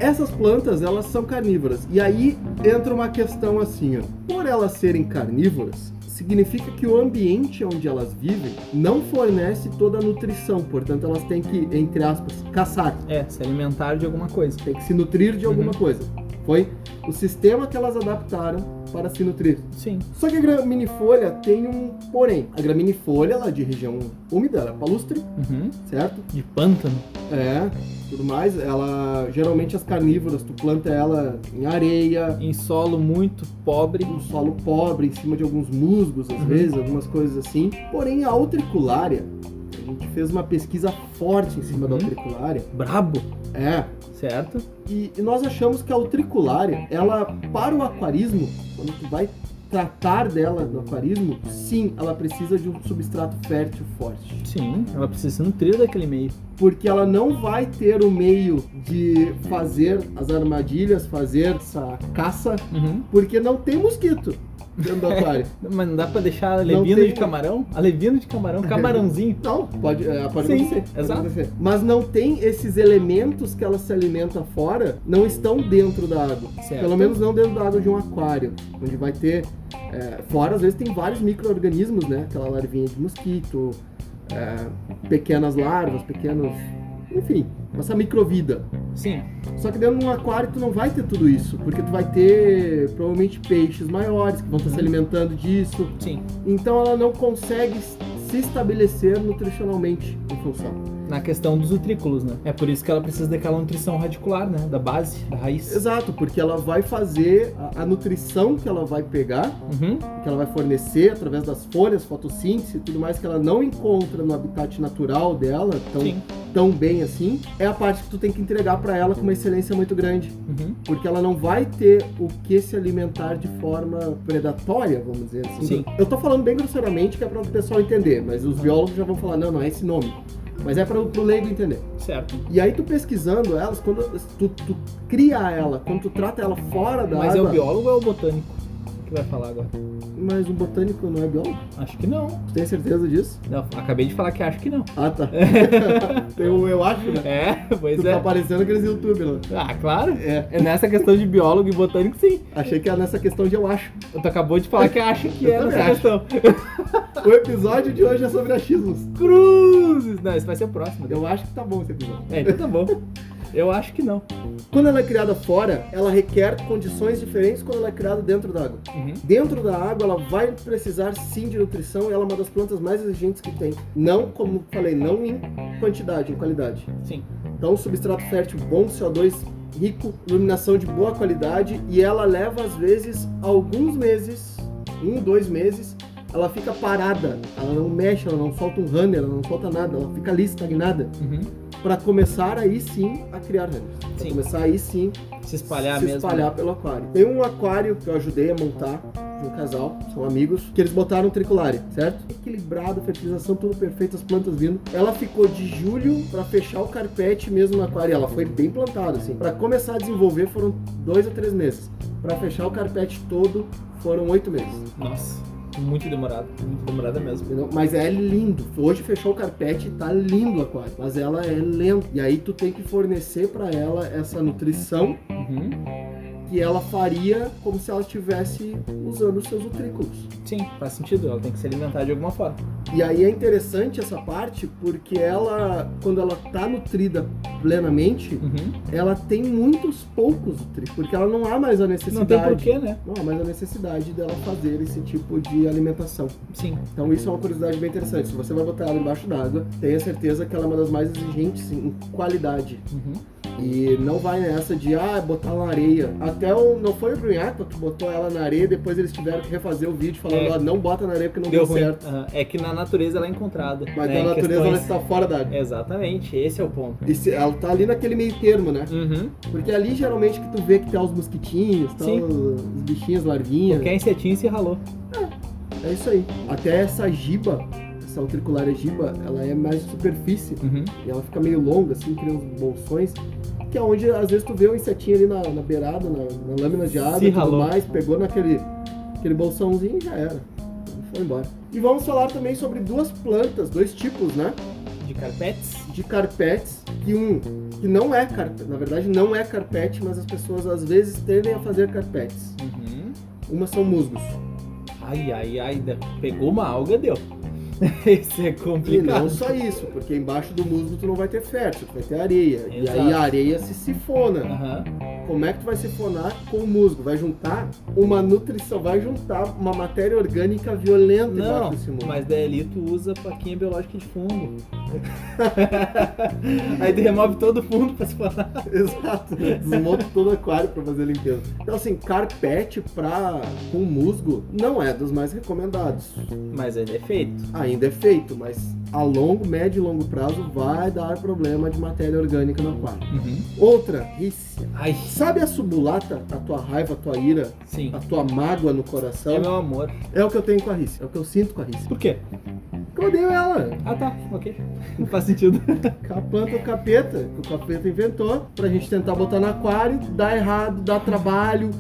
[SPEAKER 2] Essas plantas, elas são carnívoras. E aí entra uma questão assim, ó. Por elas serem carnívoras, significa que o ambiente onde elas vivem não fornece toda a nutrição. Portanto, elas têm que, entre aspas, caçar.
[SPEAKER 1] É, se alimentar de alguma coisa.
[SPEAKER 2] Tem que se nutrir de alguma
[SPEAKER 1] Uhum.
[SPEAKER 2] coisa. Foi o sistema que elas adaptaram para se nutrir.
[SPEAKER 1] Sim.
[SPEAKER 2] Só que a graminifolha tem um porém. A graminifolha, ela é de região úmida, ela é palustre,
[SPEAKER 1] Uhum.
[SPEAKER 2] certo?
[SPEAKER 1] De pântano.
[SPEAKER 2] É, tudo mais. Ela, geralmente as carnívoras, tu planta ela em areia,
[SPEAKER 1] Em solo muito pobre.
[SPEAKER 2] um solo pobre, em cima de alguns musgos, às
[SPEAKER 1] Uhum.
[SPEAKER 2] vezes, algumas coisas assim. Porém, a utriculária, a gente fez uma pesquisa forte em cima da
[SPEAKER 1] Uhum.
[SPEAKER 2] utriculária.
[SPEAKER 1] Brabo.
[SPEAKER 2] É.
[SPEAKER 1] Certo?
[SPEAKER 2] E, e nós achamos que a utriculária, ela, para o aquarismo, quando tu vai tratar dela no aquarismo, sim, ela precisa de um substrato fértil forte.
[SPEAKER 1] Sim. Ela precisa se nutrir daquele meio.
[SPEAKER 2] Porque ela não vai ter o meio de fazer as armadilhas, fazer essa caça,
[SPEAKER 1] Uhum.
[SPEAKER 2] porque não tem mosquito dentro do aquário.
[SPEAKER 1] Mas não dá pra deixar alevino
[SPEAKER 2] tem-
[SPEAKER 1] de camarão? Alevino de camarão, camarãozinho.
[SPEAKER 2] Não, pode, é, pode
[SPEAKER 1] Sim,
[SPEAKER 2] acontecer. pode
[SPEAKER 1] exato.
[SPEAKER 2] acontecer. Mas não tem esses elementos que ela se alimenta fora, não estão dentro da água.
[SPEAKER 1] Certo.
[SPEAKER 2] Pelo menos não dentro da água de um aquário, onde vai ter. é, fora, às vezes, tem vários micro-organismos, né? Aquela larvinha de mosquito, é, pequenas larvas, pequenos. Enfim, essa microvida.
[SPEAKER 1] Sim.
[SPEAKER 2] Só que dentro de um aquário tu não vai ter tudo isso, porque tu vai ter provavelmente peixes maiores que vão
[SPEAKER 1] Uhum.
[SPEAKER 2] estar se alimentando disso.
[SPEAKER 1] Sim.
[SPEAKER 2] Então ela não consegue se estabelecer nutricionalmente em função.
[SPEAKER 1] Na questão dos utrículos, né? É por isso que ela precisa daquela nutrição radicular, né? Da base, da raiz.
[SPEAKER 2] Exato, porque ela vai fazer a, a nutrição que ela vai pegar,
[SPEAKER 1] Uhum.
[SPEAKER 2] que ela vai fornecer através das folhas, fotossíntese e tudo mais que ela não encontra no habitat natural dela tão,
[SPEAKER 1] Sim.
[SPEAKER 2] tão bem assim, é a parte que tu tem que entregar para ela com uma excelência muito grande.
[SPEAKER 1] Uhum.
[SPEAKER 2] Porque ela não vai ter o que se alimentar de forma predatória, vamos dizer assim.
[SPEAKER 1] Sim. Tá.
[SPEAKER 2] Eu tô falando bem grosseiramente que é para o pessoal entender, mas os biólogos já vão falar, não, não é esse nome. Mas é para o leigo entender.
[SPEAKER 1] Certo.
[SPEAKER 2] E aí tu pesquisando elas, quando tu, tu cria ela, quando tu trata ela fora da
[SPEAKER 1] Mas é
[SPEAKER 2] água...
[SPEAKER 1] o biólogo ou é o botânico que vai falar agora?
[SPEAKER 2] Mas o botânico não é biólogo?
[SPEAKER 1] Acho que não.
[SPEAKER 2] Tu tem certeza disso?
[SPEAKER 1] Não, acabei de falar que acho que não.
[SPEAKER 2] Ah, tá. eu, eu acho, né?
[SPEAKER 1] É, pois
[SPEAKER 2] Tu tá
[SPEAKER 1] é.
[SPEAKER 2] aparecendo aqueles YouTube, né?
[SPEAKER 1] Ah, claro.
[SPEAKER 2] É.
[SPEAKER 1] É nessa questão de biólogo e botânico, sim.
[SPEAKER 2] Achei que era nessa questão de eu acho.
[SPEAKER 1] Tu acabou de falar que acha que
[SPEAKER 2] Eu
[SPEAKER 1] é
[SPEAKER 2] também
[SPEAKER 1] nessa questão.
[SPEAKER 2] O episódio de hoje é sobre achismos.
[SPEAKER 1] Cruzes! Não, esse vai ser o próximo.
[SPEAKER 2] Eu acho que tá bom esse episódio.
[SPEAKER 1] É, então tá bom. Eu acho que não.
[SPEAKER 2] Quando ela é criada fora, ela requer condições diferentes quando ela é criada dentro da água.
[SPEAKER 1] Uhum.
[SPEAKER 2] Dentro da água, ela vai precisar sim de nutrição e ela é uma das plantas mais exigentes que tem. Não, como falei, não em quantidade, em qualidade.
[SPEAKER 1] Sim.
[SPEAKER 2] Então, substrato fértil bom, CO2 rico, iluminação de boa qualidade e ela leva, às vezes, alguns meses um, dois meses ela fica parada, ela não mexe, ela não solta um runner, ela não solta nada, ela fica ali estagnada
[SPEAKER 1] Uhum.
[SPEAKER 2] para começar aí sim a criar runners. Pra
[SPEAKER 1] Sim.
[SPEAKER 2] começar aí sim
[SPEAKER 1] Se espalhar
[SPEAKER 2] se
[SPEAKER 1] mesmo. né?
[SPEAKER 2] espalhar pelo aquário. Tem um aquário que eu ajudei a montar de um casal, são amigos, que eles botaram triculária, certo? Equilibrado, fertilização tudo perfeito, as plantas vindo. Ela ficou de julho pra fechar o carpete mesmo no aquário. Ela foi bem plantada, assim. Pra começar a desenvolver foram dois a três meses. Pra fechar o carpete todo foram oito meses.
[SPEAKER 1] Nossa, muito demorado. Muito demorada mesmo.
[SPEAKER 2] Entendeu? Mas é lindo. Hoje fechou o carpete e tá lindo o aquário. Mas ela é lenta. E aí tu tem que fornecer pra ela essa nutrição
[SPEAKER 1] Uhum.
[SPEAKER 2] que ela faria como se ela estivesse usando os seus utrículos.
[SPEAKER 1] Sim, faz sentido. Ela tem que se alimentar de alguma forma.
[SPEAKER 2] E aí é interessante essa parte porque ela, quando ela tá nutrida plenamente,
[SPEAKER 1] Uhum.
[SPEAKER 2] ela tem muitos poucos utrículos, porque ela não há mais a necessidade.
[SPEAKER 1] Não tem porquê, né?
[SPEAKER 2] Não há mais a necessidade dela fazer esse tipo de alimentação.
[SPEAKER 1] Sim.
[SPEAKER 2] Então isso é uma curiosidade bem interessante. Se você vai botar ela embaixo d'água, tenha certeza que ela é uma das mais exigentes em qualidade.
[SPEAKER 1] Uhum.
[SPEAKER 2] E não vai nessa de, ah, botar na areia. Até o, não foi o Brunhaco que botou ela na areia, depois eles tiveram que refazer o vídeo falando,
[SPEAKER 1] É.
[SPEAKER 2] ah, não bota na areia porque não
[SPEAKER 1] Deu
[SPEAKER 2] deu,
[SPEAKER 1] ruim.
[SPEAKER 2] certo.
[SPEAKER 1] Aham. É que na natureza ela é encontrada.
[SPEAKER 2] Mas
[SPEAKER 1] né?
[SPEAKER 2] na
[SPEAKER 1] Em
[SPEAKER 2] natureza ela
[SPEAKER 1] questões-
[SPEAKER 2] está fora da água.
[SPEAKER 1] Exatamente, esse é o ponto.
[SPEAKER 2] E se- ela tá ali naquele meio termo, né?
[SPEAKER 1] Uhum.
[SPEAKER 2] Porque ali geralmente que tu vê que tem os mosquitinhos, tá
[SPEAKER 1] Sim.
[SPEAKER 2] os, os bichinhos larvinhas.
[SPEAKER 1] Qualquer insetinho se ralou.
[SPEAKER 2] É isso aí. Até essa giba, essa utriculária giba, ela é mais de superfície.
[SPEAKER 1] Uhum.
[SPEAKER 2] E ela fica meio longa, assim, cria uns bolsões. Que é onde às vezes tu vê um insetinho ali na, na beirada, na, na lâmina de água
[SPEAKER 1] Se
[SPEAKER 2] e tudo
[SPEAKER 1] ralou.
[SPEAKER 2] mais, pegou naquele aquele bolsãozinho e já era. Foi embora. E vamos falar também sobre duas plantas, dois tipos, né?
[SPEAKER 1] De carpetes.
[SPEAKER 2] De carpetes, que um que não é carpete, na verdade não é carpete, mas as pessoas às vezes tendem a fazer carpetes.
[SPEAKER 1] Uhum.
[SPEAKER 2] Uma são musgos.
[SPEAKER 1] Ai, ai, ai, da- pegou uma alga, deu. Isso é
[SPEAKER 2] E não
[SPEAKER 1] complicado.
[SPEAKER 2] só isso, porque embaixo do musgo tu não vai ter fértil, tu vai ter areia. E aí
[SPEAKER 1] Exato.
[SPEAKER 2] a areia se sifona.
[SPEAKER 1] Aham.
[SPEAKER 2] Como é que tu vai sifonar com o musgo? Vai juntar uma nutrição, vai juntar uma matéria orgânica violenta
[SPEAKER 1] Não,
[SPEAKER 2] embaixo desse musgo.
[SPEAKER 1] mas daí ali tu usa plaquinha biológica de fundo. Aí tu remove todo o fundo pra se falar.
[SPEAKER 2] Exato. Desmonta todo o aquário pra fazer a limpeza. Então assim, carpete pra com musgo não é dos mais recomendados.
[SPEAKER 1] Mas ele é feito.
[SPEAKER 2] Ainda é feito, mas a longo, médio e longo prazo vai dar problema de matéria orgânica no aquário.
[SPEAKER 1] Uhum.
[SPEAKER 2] Outra, rícia.
[SPEAKER 1] Ai,
[SPEAKER 2] Sabe a subulata, a tua raiva, a tua ira,
[SPEAKER 1] sim.
[SPEAKER 2] a tua mágoa no
[SPEAKER 1] É
[SPEAKER 2] coração?
[SPEAKER 1] meu amor.
[SPEAKER 2] É o que eu tenho com a rícia, é o que eu sinto com a rícia.
[SPEAKER 1] Por quê?
[SPEAKER 2] Eu odeio ela.
[SPEAKER 1] Ah tá, ok. Não faz sentido.
[SPEAKER 2] Com a planta do capeta, que o capeta inventou, pra gente tentar botar no aquário, dá errado, dá trabalho,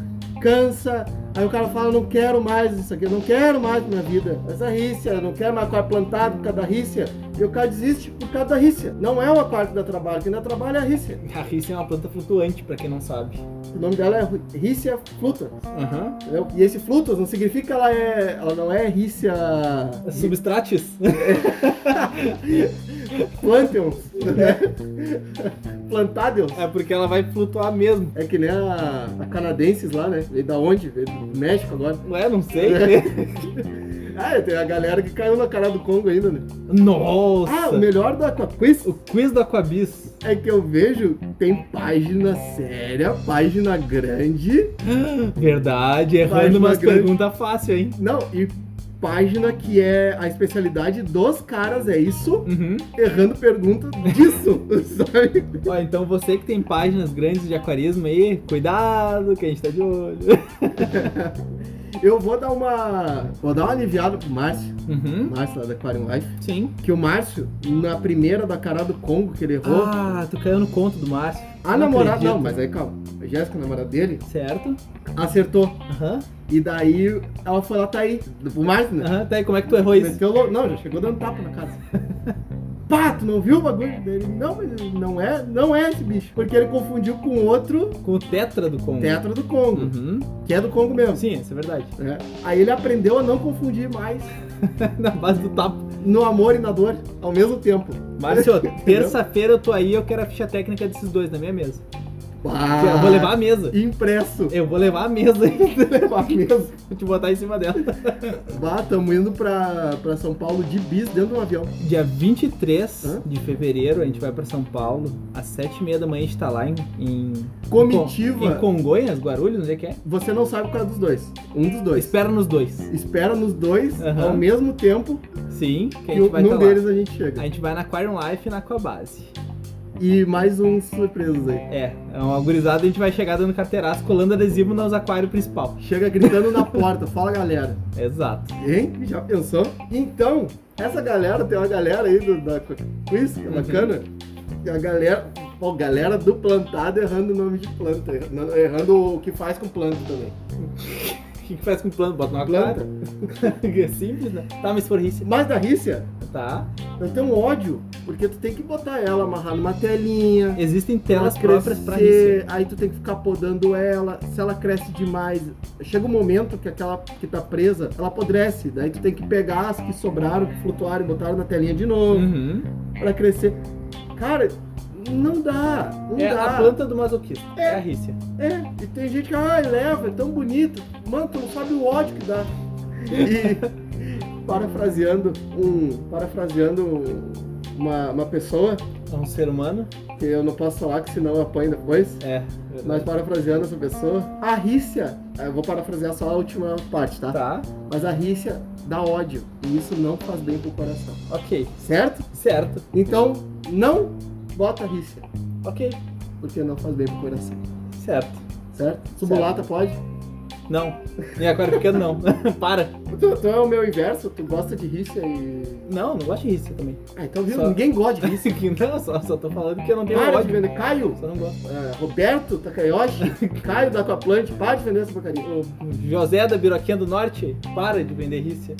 [SPEAKER 2] cansa. Aí o cara fala, não quero mais isso aqui, eu não quero mais minha vida. Essa rícia, eu não quero mais aquário plantado por causa da rícia. E o cara desiste por causa da rícia. Não é o aquário que dá trabalho, quem dá trabalho é a rícia.
[SPEAKER 1] A rissa é uma planta flutuante, pra quem não sabe.
[SPEAKER 2] O nome dela é rícia fluta.
[SPEAKER 1] Aham.
[SPEAKER 2] entendeu? E esse flutus não significa que ela é. Ela não é rícia.
[SPEAKER 1] Substrates?
[SPEAKER 2] planteons. né? Plantadeus.
[SPEAKER 1] É porque ela vai flutuar mesmo.
[SPEAKER 2] É que nem a, a canadenses lá, né? Veio da onde? Veio do México agora.
[SPEAKER 1] Ué, não sei.
[SPEAKER 2] Ah, tem a galera que caiu na cara do Congo ainda, né?
[SPEAKER 1] Nossa!
[SPEAKER 2] Ah, o melhor da Aquaquiz
[SPEAKER 1] O quiz do Aquabis.
[SPEAKER 2] é que eu vejo tem página séria, página grande.
[SPEAKER 1] Verdade,
[SPEAKER 2] Vai,
[SPEAKER 1] errando
[SPEAKER 2] uma
[SPEAKER 1] umas
[SPEAKER 2] grande-
[SPEAKER 1] perguntas fácil, hein?
[SPEAKER 2] Não, e página que é a especialidade dos caras, é isso?
[SPEAKER 1] Uhum.
[SPEAKER 2] Errando pergunta disso, sabe?
[SPEAKER 1] Ó, então você que tem páginas grandes de aquarismo aí, cuidado que a gente tá de olho.
[SPEAKER 2] Eu vou dar uma. Vou dar uma aliviada pro Márcio.
[SPEAKER 1] Uhum.
[SPEAKER 2] Márcio lá da Aquarium Life.
[SPEAKER 1] Sim.
[SPEAKER 2] Que o Márcio, na primeira da cara do Congo que ele errou,
[SPEAKER 1] Ah, tu caiu no conto do Márcio.
[SPEAKER 2] A namorada,
[SPEAKER 1] acredito.
[SPEAKER 2] não, mas aí calma. A Jéssica, a namorada dele,
[SPEAKER 1] Certo?
[SPEAKER 2] acertou.
[SPEAKER 1] Aham.
[SPEAKER 2] E daí ela foi lá, tá aí. O Márcio, né?
[SPEAKER 1] Aham. Tá aí, como é que tu errou isso?
[SPEAKER 2] Meteu louco. Não, já chegou dando tapa na casa. pá, tu não viu o bagulho dele? Não, mas não é, não é esse bicho. Porque ele confundiu com outro
[SPEAKER 1] Com o Tetra do Congo.
[SPEAKER 2] tetra do Congo,
[SPEAKER 1] Uhum.
[SPEAKER 2] que é do Congo mesmo.
[SPEAKER 1] Sim, isso é verdade.
[SPEAKER 2] É. Aí ele aprendeu a não confundir mais
[SPEAKER 1] Na base do tapa.
[SPEAKER 2] no amor e na dor ao mesmo tempo.
[SPEAKER 1] Márcio,
[SPEAKER 2] Entendeu?
[SPEAKER 1] terça-feira eu tô aí eu quero a ficha técnica desses dois na minha mesa. Eu vou levar a mesa.
[SPEAKER 2] Impresso.
[SPEAKER 1] Eu vou levar a mesa ainda.
[SPEAKER 2] levar mesmo.
[SPEAKER 1] Vou te botar em cima dela.
[SPEAKER 2] Bah, tamo indo pra, pra São Paulo de bis dentro de um avião.
[SPEAKER 1] Dia 23
[SPEAKER 2] Hã?
[SPEAKER 1] de fevereiro a gente vai pra São Paulo. Às 7h30 da manhã a gente tá lá em. em
[SPEAKER 2] Comitiva.
[SPEAKER 1] Em Congonhas, Guarulhos, onde é que é?
[SPEAKER 2] Você não sabe qual é dos dois. Um dos dois.
[SPEAKER 1] Espera nos dois.
[SPEAKER 2] Espera nos dois
[SPEAKER 1] Aham.
[SPEAKER 2] ao mesmo tempo
[SPEAKER 1] Sim, que a
[SPEAKER 2] que
[SPEAKER 1] gente
[SPEAKER 2] o-
[SPEAKER 1] vai
[SPEAKER 2] num
[SPEAKER 1] tá
[SPEAKER 2] deles a gente chega.
[SPEAKER 1] lá. A gente vai na Aquarium Life e na Aquabase.
[SPEAKER 2] E mais uns surpresas aí.
[SPEAKER 1] É, é uma gurizada, a gente vai chegar dando carteiraço, colando adesivo nos aquários principal.
[SPEAKER 2] Chega gritando na porta, fala galera.
[SPEAKER 1] Exato.
[SPEAKER 2] Hein? Já pensou? Então, essa galera, tem uma galera aí do, da Quiz, que é
[SPEAKER 1] Uhum.
[SPEAKER 2] bacana. E a galera. Ó, galera do plantado errando o nome de planta, errando errando o que faz com planta também.
[SPEAKER 1] O que, que faz com plano? Bota no
[SPEAKER 2] Planta.
[SPEAKER 1] aquário? é simples, né? Tá, mas por isso.
[SPEAKER 2] Mas da Rícia,
[SPEAKER 1] Tá.
[SPEAKER 2] Eu tenho um ódio, porque tu tem que botar ela amarrar numa telinha.
[SPEAKER 1] Existem telas
[SPEAKER 2] ela
[SPEAKER 1] próprias pra isso.
[SPEAKER 2] crescer, Aí tu tem que ficar podando ela. Se ela cresce demais, chega um momento que aquela que tá presa, ela apodrece. Daí tu tem que pegar as que sobraram, que flutuaram e botaram na telinha de novo
[SPEAKER 1] Uhum.
[SPEAKER 2] pra crescer. Cara, não dá, não
[SPEAKER 1] É
[SPEAKER 2] dá.
[SPEAKER 1] a planta do masoquista. É,
[SPEAKER 2] É.
[SPEAKER 1] a rícia.
[SPEAKER 2] É, e tem gente que, ai, leva, é tão bonito. Mano, tu não sabe o ódio que dá. E parafraseando um. Parafraseando um- uma- uma pessoa.
[SPEAKER 1] É um ser humano?
[SPEAKER 2] que eu não posso falar que senão eu apanho depois.
[SPEAKER 1] É.
[SPEAKER 2] Mas parafraseando essa pessoa, a Rícia, é, eu vou parafrasear só a última parte, tá?
[SPEAKER 1] Tá,
[SPEAKER 2] Mas a Rícia dá ódio e isso não faz bem pro coração,
[SPEAKER 1] ok.
[SPEAKER 2] certo?
[SPEAKER 1] Certo.
[SPEAKER 2] Então, não bota a Rícia,
[SPEAKER 1] Ok.
[SPEAKER 2] porque não faz bem pro coração,
[SPEAKER 1] Certo.
[SPEAKER 2] certo? Subulata pode?
[SPEAKER 1] Não. Em aquário pequeno, não. Para.
[SPEAKER 2] Tu, tu é o meu inverso, tu gosta de Rícia e.
[SPEAKER 1] Não, não gosto de rícia também.
[SPEAKER 2] Ah, então viu?
[SPEAKER 1] Só-
[SPEAKER 2] Ninguém gosta de Rícia.
[SPEAKER 1] Isso aqui, não, só, só tô falando que eu não tenho
[SPEAKER 2] Para de
[SPEAKER 1] ódio.
[SPEAKER 2] vender. Caio,
[SPEAKER 1] Só não gosto.
[SPEAKER 2] eh, Roberto Takayoshi, Caio da Aquaplant, para de vender essa porcaria.
[SPEAKER 1] O José da Biroquinha do Norte, para de vender rícia.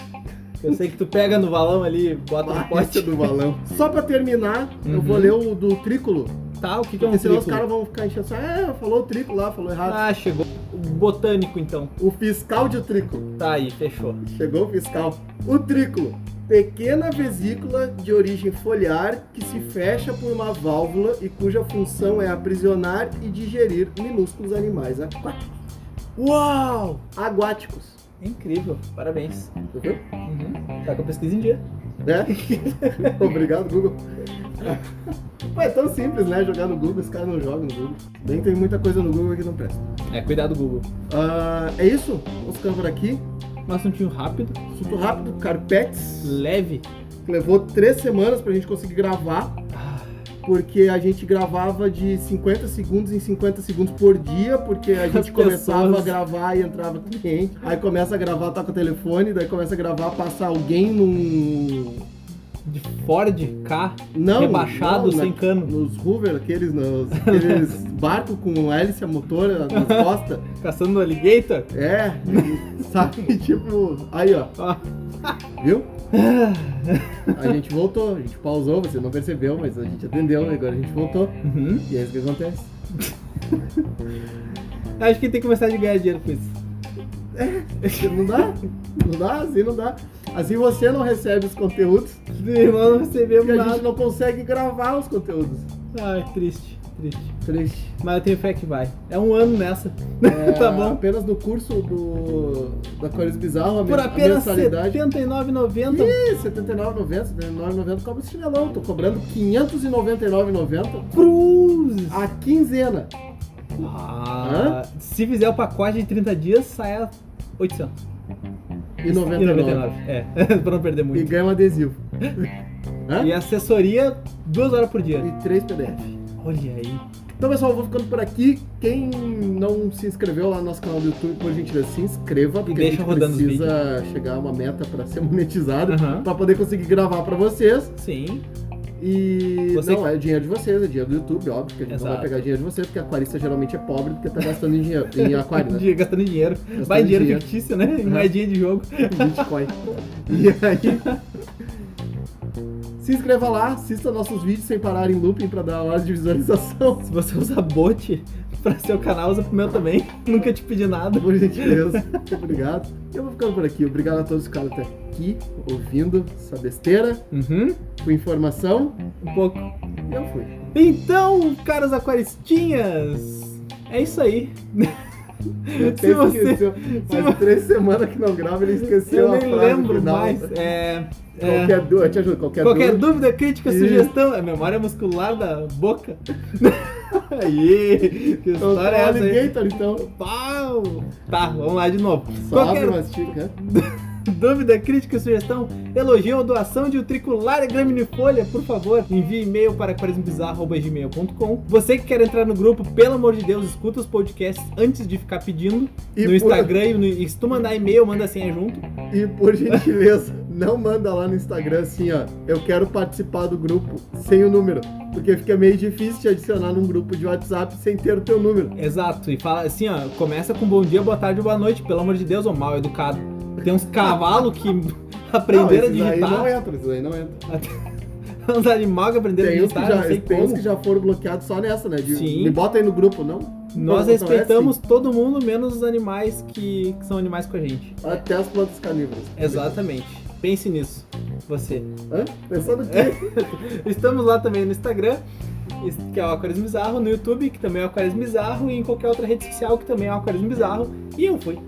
[SPEAKER 1] Eu sei que tu pega no valão ali, bota no
[SPEAKER 2] Barrista
[SPEAKER 1] pote.
[SPEAKER 2] do balão. Só pra terminar, eu
[SPEAKER 1] Uhum.
[SPEAKER 2] vou ler o do Trículo.
[SPEAKER 1] Tá, o que que é um
[SPEAKER 2] Porque Então, senão os
[SPEAKER 1] trículo?
[SPEAKER 2] caras vão ficar enchendo. só, É, falou o Trículo lá, falou errado.
[SPEAKER 1] Ah, chegou. O botânico, então.
[SPEAKER 2] O fiscal de Trículo.
[SPEAKER 1] Tá aí, fechou.
[SPEAKER 2] Chegou o fiscal. O Trículo. Pequena vesícula de origem foliar que se fecha por uma válvula e cuja função é aprisionar e digerir minúsculos animais aquáticos.
[SPEAKER 1] Uau!
[SPEAKER 2] Aguáticos.
[SPEAKER 1] Incrível, parabéns.
[SPEAKER 2] Tá vendo?
[SPEAKER 1] Uhum. Tá com a pesquisa em dia.
[SPEAKER 2] Né? Obrigado, Google. Ué, é tão simples, né? Jogar no Google, esse cara não joga no Google. Bem, tem muita coisa no Google que não presta.
[SPEAKER 1] É, cuidado, Google.
[SPEAKER 2] Ah, é isso? Vamos ficando por aqui.
[SPEAKER 1] Um assuntinho rápido,
[SPEAKER 2] Surto rápido, Carpetes.
[SPEAKER 1] leve.
[SPEAKER 2] Levou três semanas pra gente conseguir gravar,
[SPEAKER 1] Ah,
[SPEAKER 2] porque a gente gravava de 50 segundos em 50 segundos por dia, porque a gente começava
[SPEAKER 1] pessoas.
[SPEAKER 2] a gravar e entrava com cliente. Aí começa a gravar, toca o telefone, daí começa a gravar, passa alguém num.
[SPEAKER 1] de Ford, K,
[SPEAKER 2] Não,
[SPEAKER 1] rebaixado,
[SPEAKER 2] não,
[SPEAKER 1] sem
[SPEAKER 2] na-
[SPEAKER 1] cano,
[SPEAKER 2] Nos Hoover, aqueles, nos, aqueles barcos com hélice a motor nas costas.
[SPEAKER 1] caçando alligator.
[SPEAKER 2] É, sabe? Tipo, aí ó,
[SPEAKER 1] Ó,
[SPEAKER 2] viu? A gente voltou, a gente pausou, você não percebeu, mas a gente atendeu e agora a gente voltou.
[SPEAKER 1] uhum.
[SPEAKER 2] E é isso que acontece.
[SPEAKER 1] Acho que tem que começar a ganhar dinheiro com isso.
[SPEAKER 2] Não dá, não dá, assim não dá. Assim você não recebe os conteúdos
[SPEAKER 1] E nós não recebemos
[SPEAKER 2] e a
[SPEAKER 1] nada.
[SPEAKER 2] gente não consegue gravar os conteúdos.
[SPEAKER 1] Ai, triste, triste.
[SPEAKER 2] Triste.
[SPEAKER 1] Mas eu tenho fé que vai. É um ano nessa.
[SPEAKER 2] É,
[SPEAKER 1] tá bom.
[SPEAKER 2] Apenas no curso do da Cores Bizarro, a, men-
[SPEAKER 1] Por
[SPEAKER 2] a
[SPEAKER 1] apenas R$
[SPEAKER 2] mensalidade. É,
[SPEAKER 1] 79,90.
[SPEAKER 2] Ih, R$ 79,90, R$ 79,90 né? cobra esse chinelão. Tô cobrando R$ 599,90
[SPEAKER 1] Cruz!
[SPEAKER 2] a quinzena.
[SPEAKER 1] Ah, se fizer o pacote de 30 dias, sai a 800.
[SPEAKER 2] E 99.
[SPEAKER 1] É, pra não perder
[SPEAKER 2] E
[SPEAKER 1] muito.
[SPEAKER 2] ganha um adesivo. Hã?
[SPEAKER 1] E é- assessoria duas horas por dia.
[SPEAKER 2] E 3 PDF.
[SPEAKER 1] Olha aí.
[SPEAKER 2] Então, pessoal, eu vou ficando por aqui. Quem não se inscreveu lá no nosso canal do YouTube, por gentileza, se inscreva, porque
[SPEAKER 1] deixa
[SPEAKER 2] a gente
[SPEAKER 1] rodando os
[SPEAKER 2] precisa chegar a uma meta para ser monetizado,
[SPEAKER 1] Aham.
[SPEAKER 2] para poder conseguir gravar para vocês.
[SPEAKER 1] Sim.
[SPEAKER 2] E
[SPEAKER 1] Você-
[SPEAKER 2] não é dinheiro de vocês, é dinheiro do YouTube, óbvio, que a gente não vai
[SPEAKER 1] Exato.
[SPEAKER 2] pegar dinheiro de vocês, porque aquarista geralmente é pobre porque tá gastando em, dinheiro, em aquário, né?
[SPEAKER 1] Dinhe- Gastando dinheiro.
[SPEAKER 2] Gastando
[SPEAKER 1] Vai dinheiro,
[SPEAKER 2] dinheiro.
[SPEAKER 1] fictício, né? Em moedinha de jogo.
[SPEAKER 2] Bitcoin. E aí, Se inscreva lá, assista nossos vídeos sem parar em looping pra dar hora de visualização.
[SPEAKER 1] Se você usa bot pra seu canal, usa pro meu também. Nunca te pedi nada.
[SPEAKER 2] Por gentileza. Muito obrigado. Eu vou ficando por aqui. Obrigado a todos que ficaram até aqui, ouvindo essa besteira,
[SPEAKER 1] Uhum,
[SPEAKER 2] com informação.
[SPEAKER 1] um pouco.
[SPEAKER 2] E eu fui.
[SPEAKER 1] Então, caros aquaristinhas, é isso aí.
[SPEAKER 2] Eu
[SPEAKER 1] Se
[SPEAKER 2] até
[SPEAKER 1] você-
[SPEAKER 2] esqueceu. Faz três semanas que não grava, ele
[SPEAKER 1] Eu
[SPEAKER 2] esqueceu a
[SPEAKER 1] nem
[SPEAKER 2] é frase
[SPEAKER 1] lembro
[SPEAKER 2] final.
[SPEAKER 1] mais. É, é,
[SPEAKER 2] Qualquer dúvida, eu te ajudo. Qualquer,
[SPEAKER 1] qualquer
[SPEAKER 2] dúvida.
[SPEAKER 1] dúvida, crítica,
[SPEAKER 2] Isso.
[SPEAKER 1] sugestão, é memória muscular da boca. Aí, que
[SPEAKER 2] Então,
[SPEAKER 1] história é essa aí?
[SPEAKER 2] Alligator, então.
[SPEAKER 1] Pau! Tá, vamos lá de novo.
[SPEAKER 2] Só abre,
[SPEAKER 1] Qualquer
[SPEAKER 2] mastica.
[SPEAKER 1] Dúvida, crítica, sugestão, elogio ou doação de um utricular graminifolha, por favor, envie e-mail para aquarismobizarro.gmail.com. Você que quer entrar no grupo, pelo amor de Deus, escuta os podcasts antes de ficar pedindo.
[SPEAKER 2] E
[SPEAKER 1] no
[SPEAKER 2] por-
[SPEAKER 1] Instagram, e, no, e se tu mandar e-mail, manda a senha junto.
[SPEAKER 2] E por gentileza, não manda lá no Instagram assim, ó. Eu quero participar do grupo sem o número. Porque fica meio difícil te adicionar num grupo de WhatsApp sem ter o teu número.
[SPEAKER 1] Exato, e fala assim, ó, começa com bom dia, boa tarde, boa noite, pelo amor de Deus, ô mal educado. Tem uns cavalos que aprenderam a
[SPEAKER 2] não, esses Aí não
[SPEAKER 1] digitar,
[SPEAKER 2] entra, isso aí não entra.
[SPEAKER 1] é. uns animais que aprenderam a
[SPEAKER 2] Tem uns que,
[SPEAKER 1] digitar, não
[SPEAKER 2] já,
[SPEAKER 1] sei
[SPEAKER 2] tem uns
[SPEAKER 1] como.
[SPEAKER 2] que já foram bloqueados só nessa, né? De,
[SPEAKER 1] Sim.
[SPEAKER 2] Me bota aí no grupo, não?
[SPEAKER 1] Nós
[SPEAKER 2] Não, não é
[SPEAKER 1] respeitamos todo mundo, menos os animais que- que são animais com a gente.
[SPEAKER 2] Até as plantas carnívoras.
[SPEAKER 1] Exatamente. Pense nisso, você.
[SPEAKER 2] Hã? Pensando o quê?
[SPEAKER 1] Estamos lá também no Instagram, que é o Aquarismo Bizarro, no YouTube, que também é o Aquarismo Bizarro, e em qualquer outra rede social, que também é o Aquarismo Bizarro. E eu fui.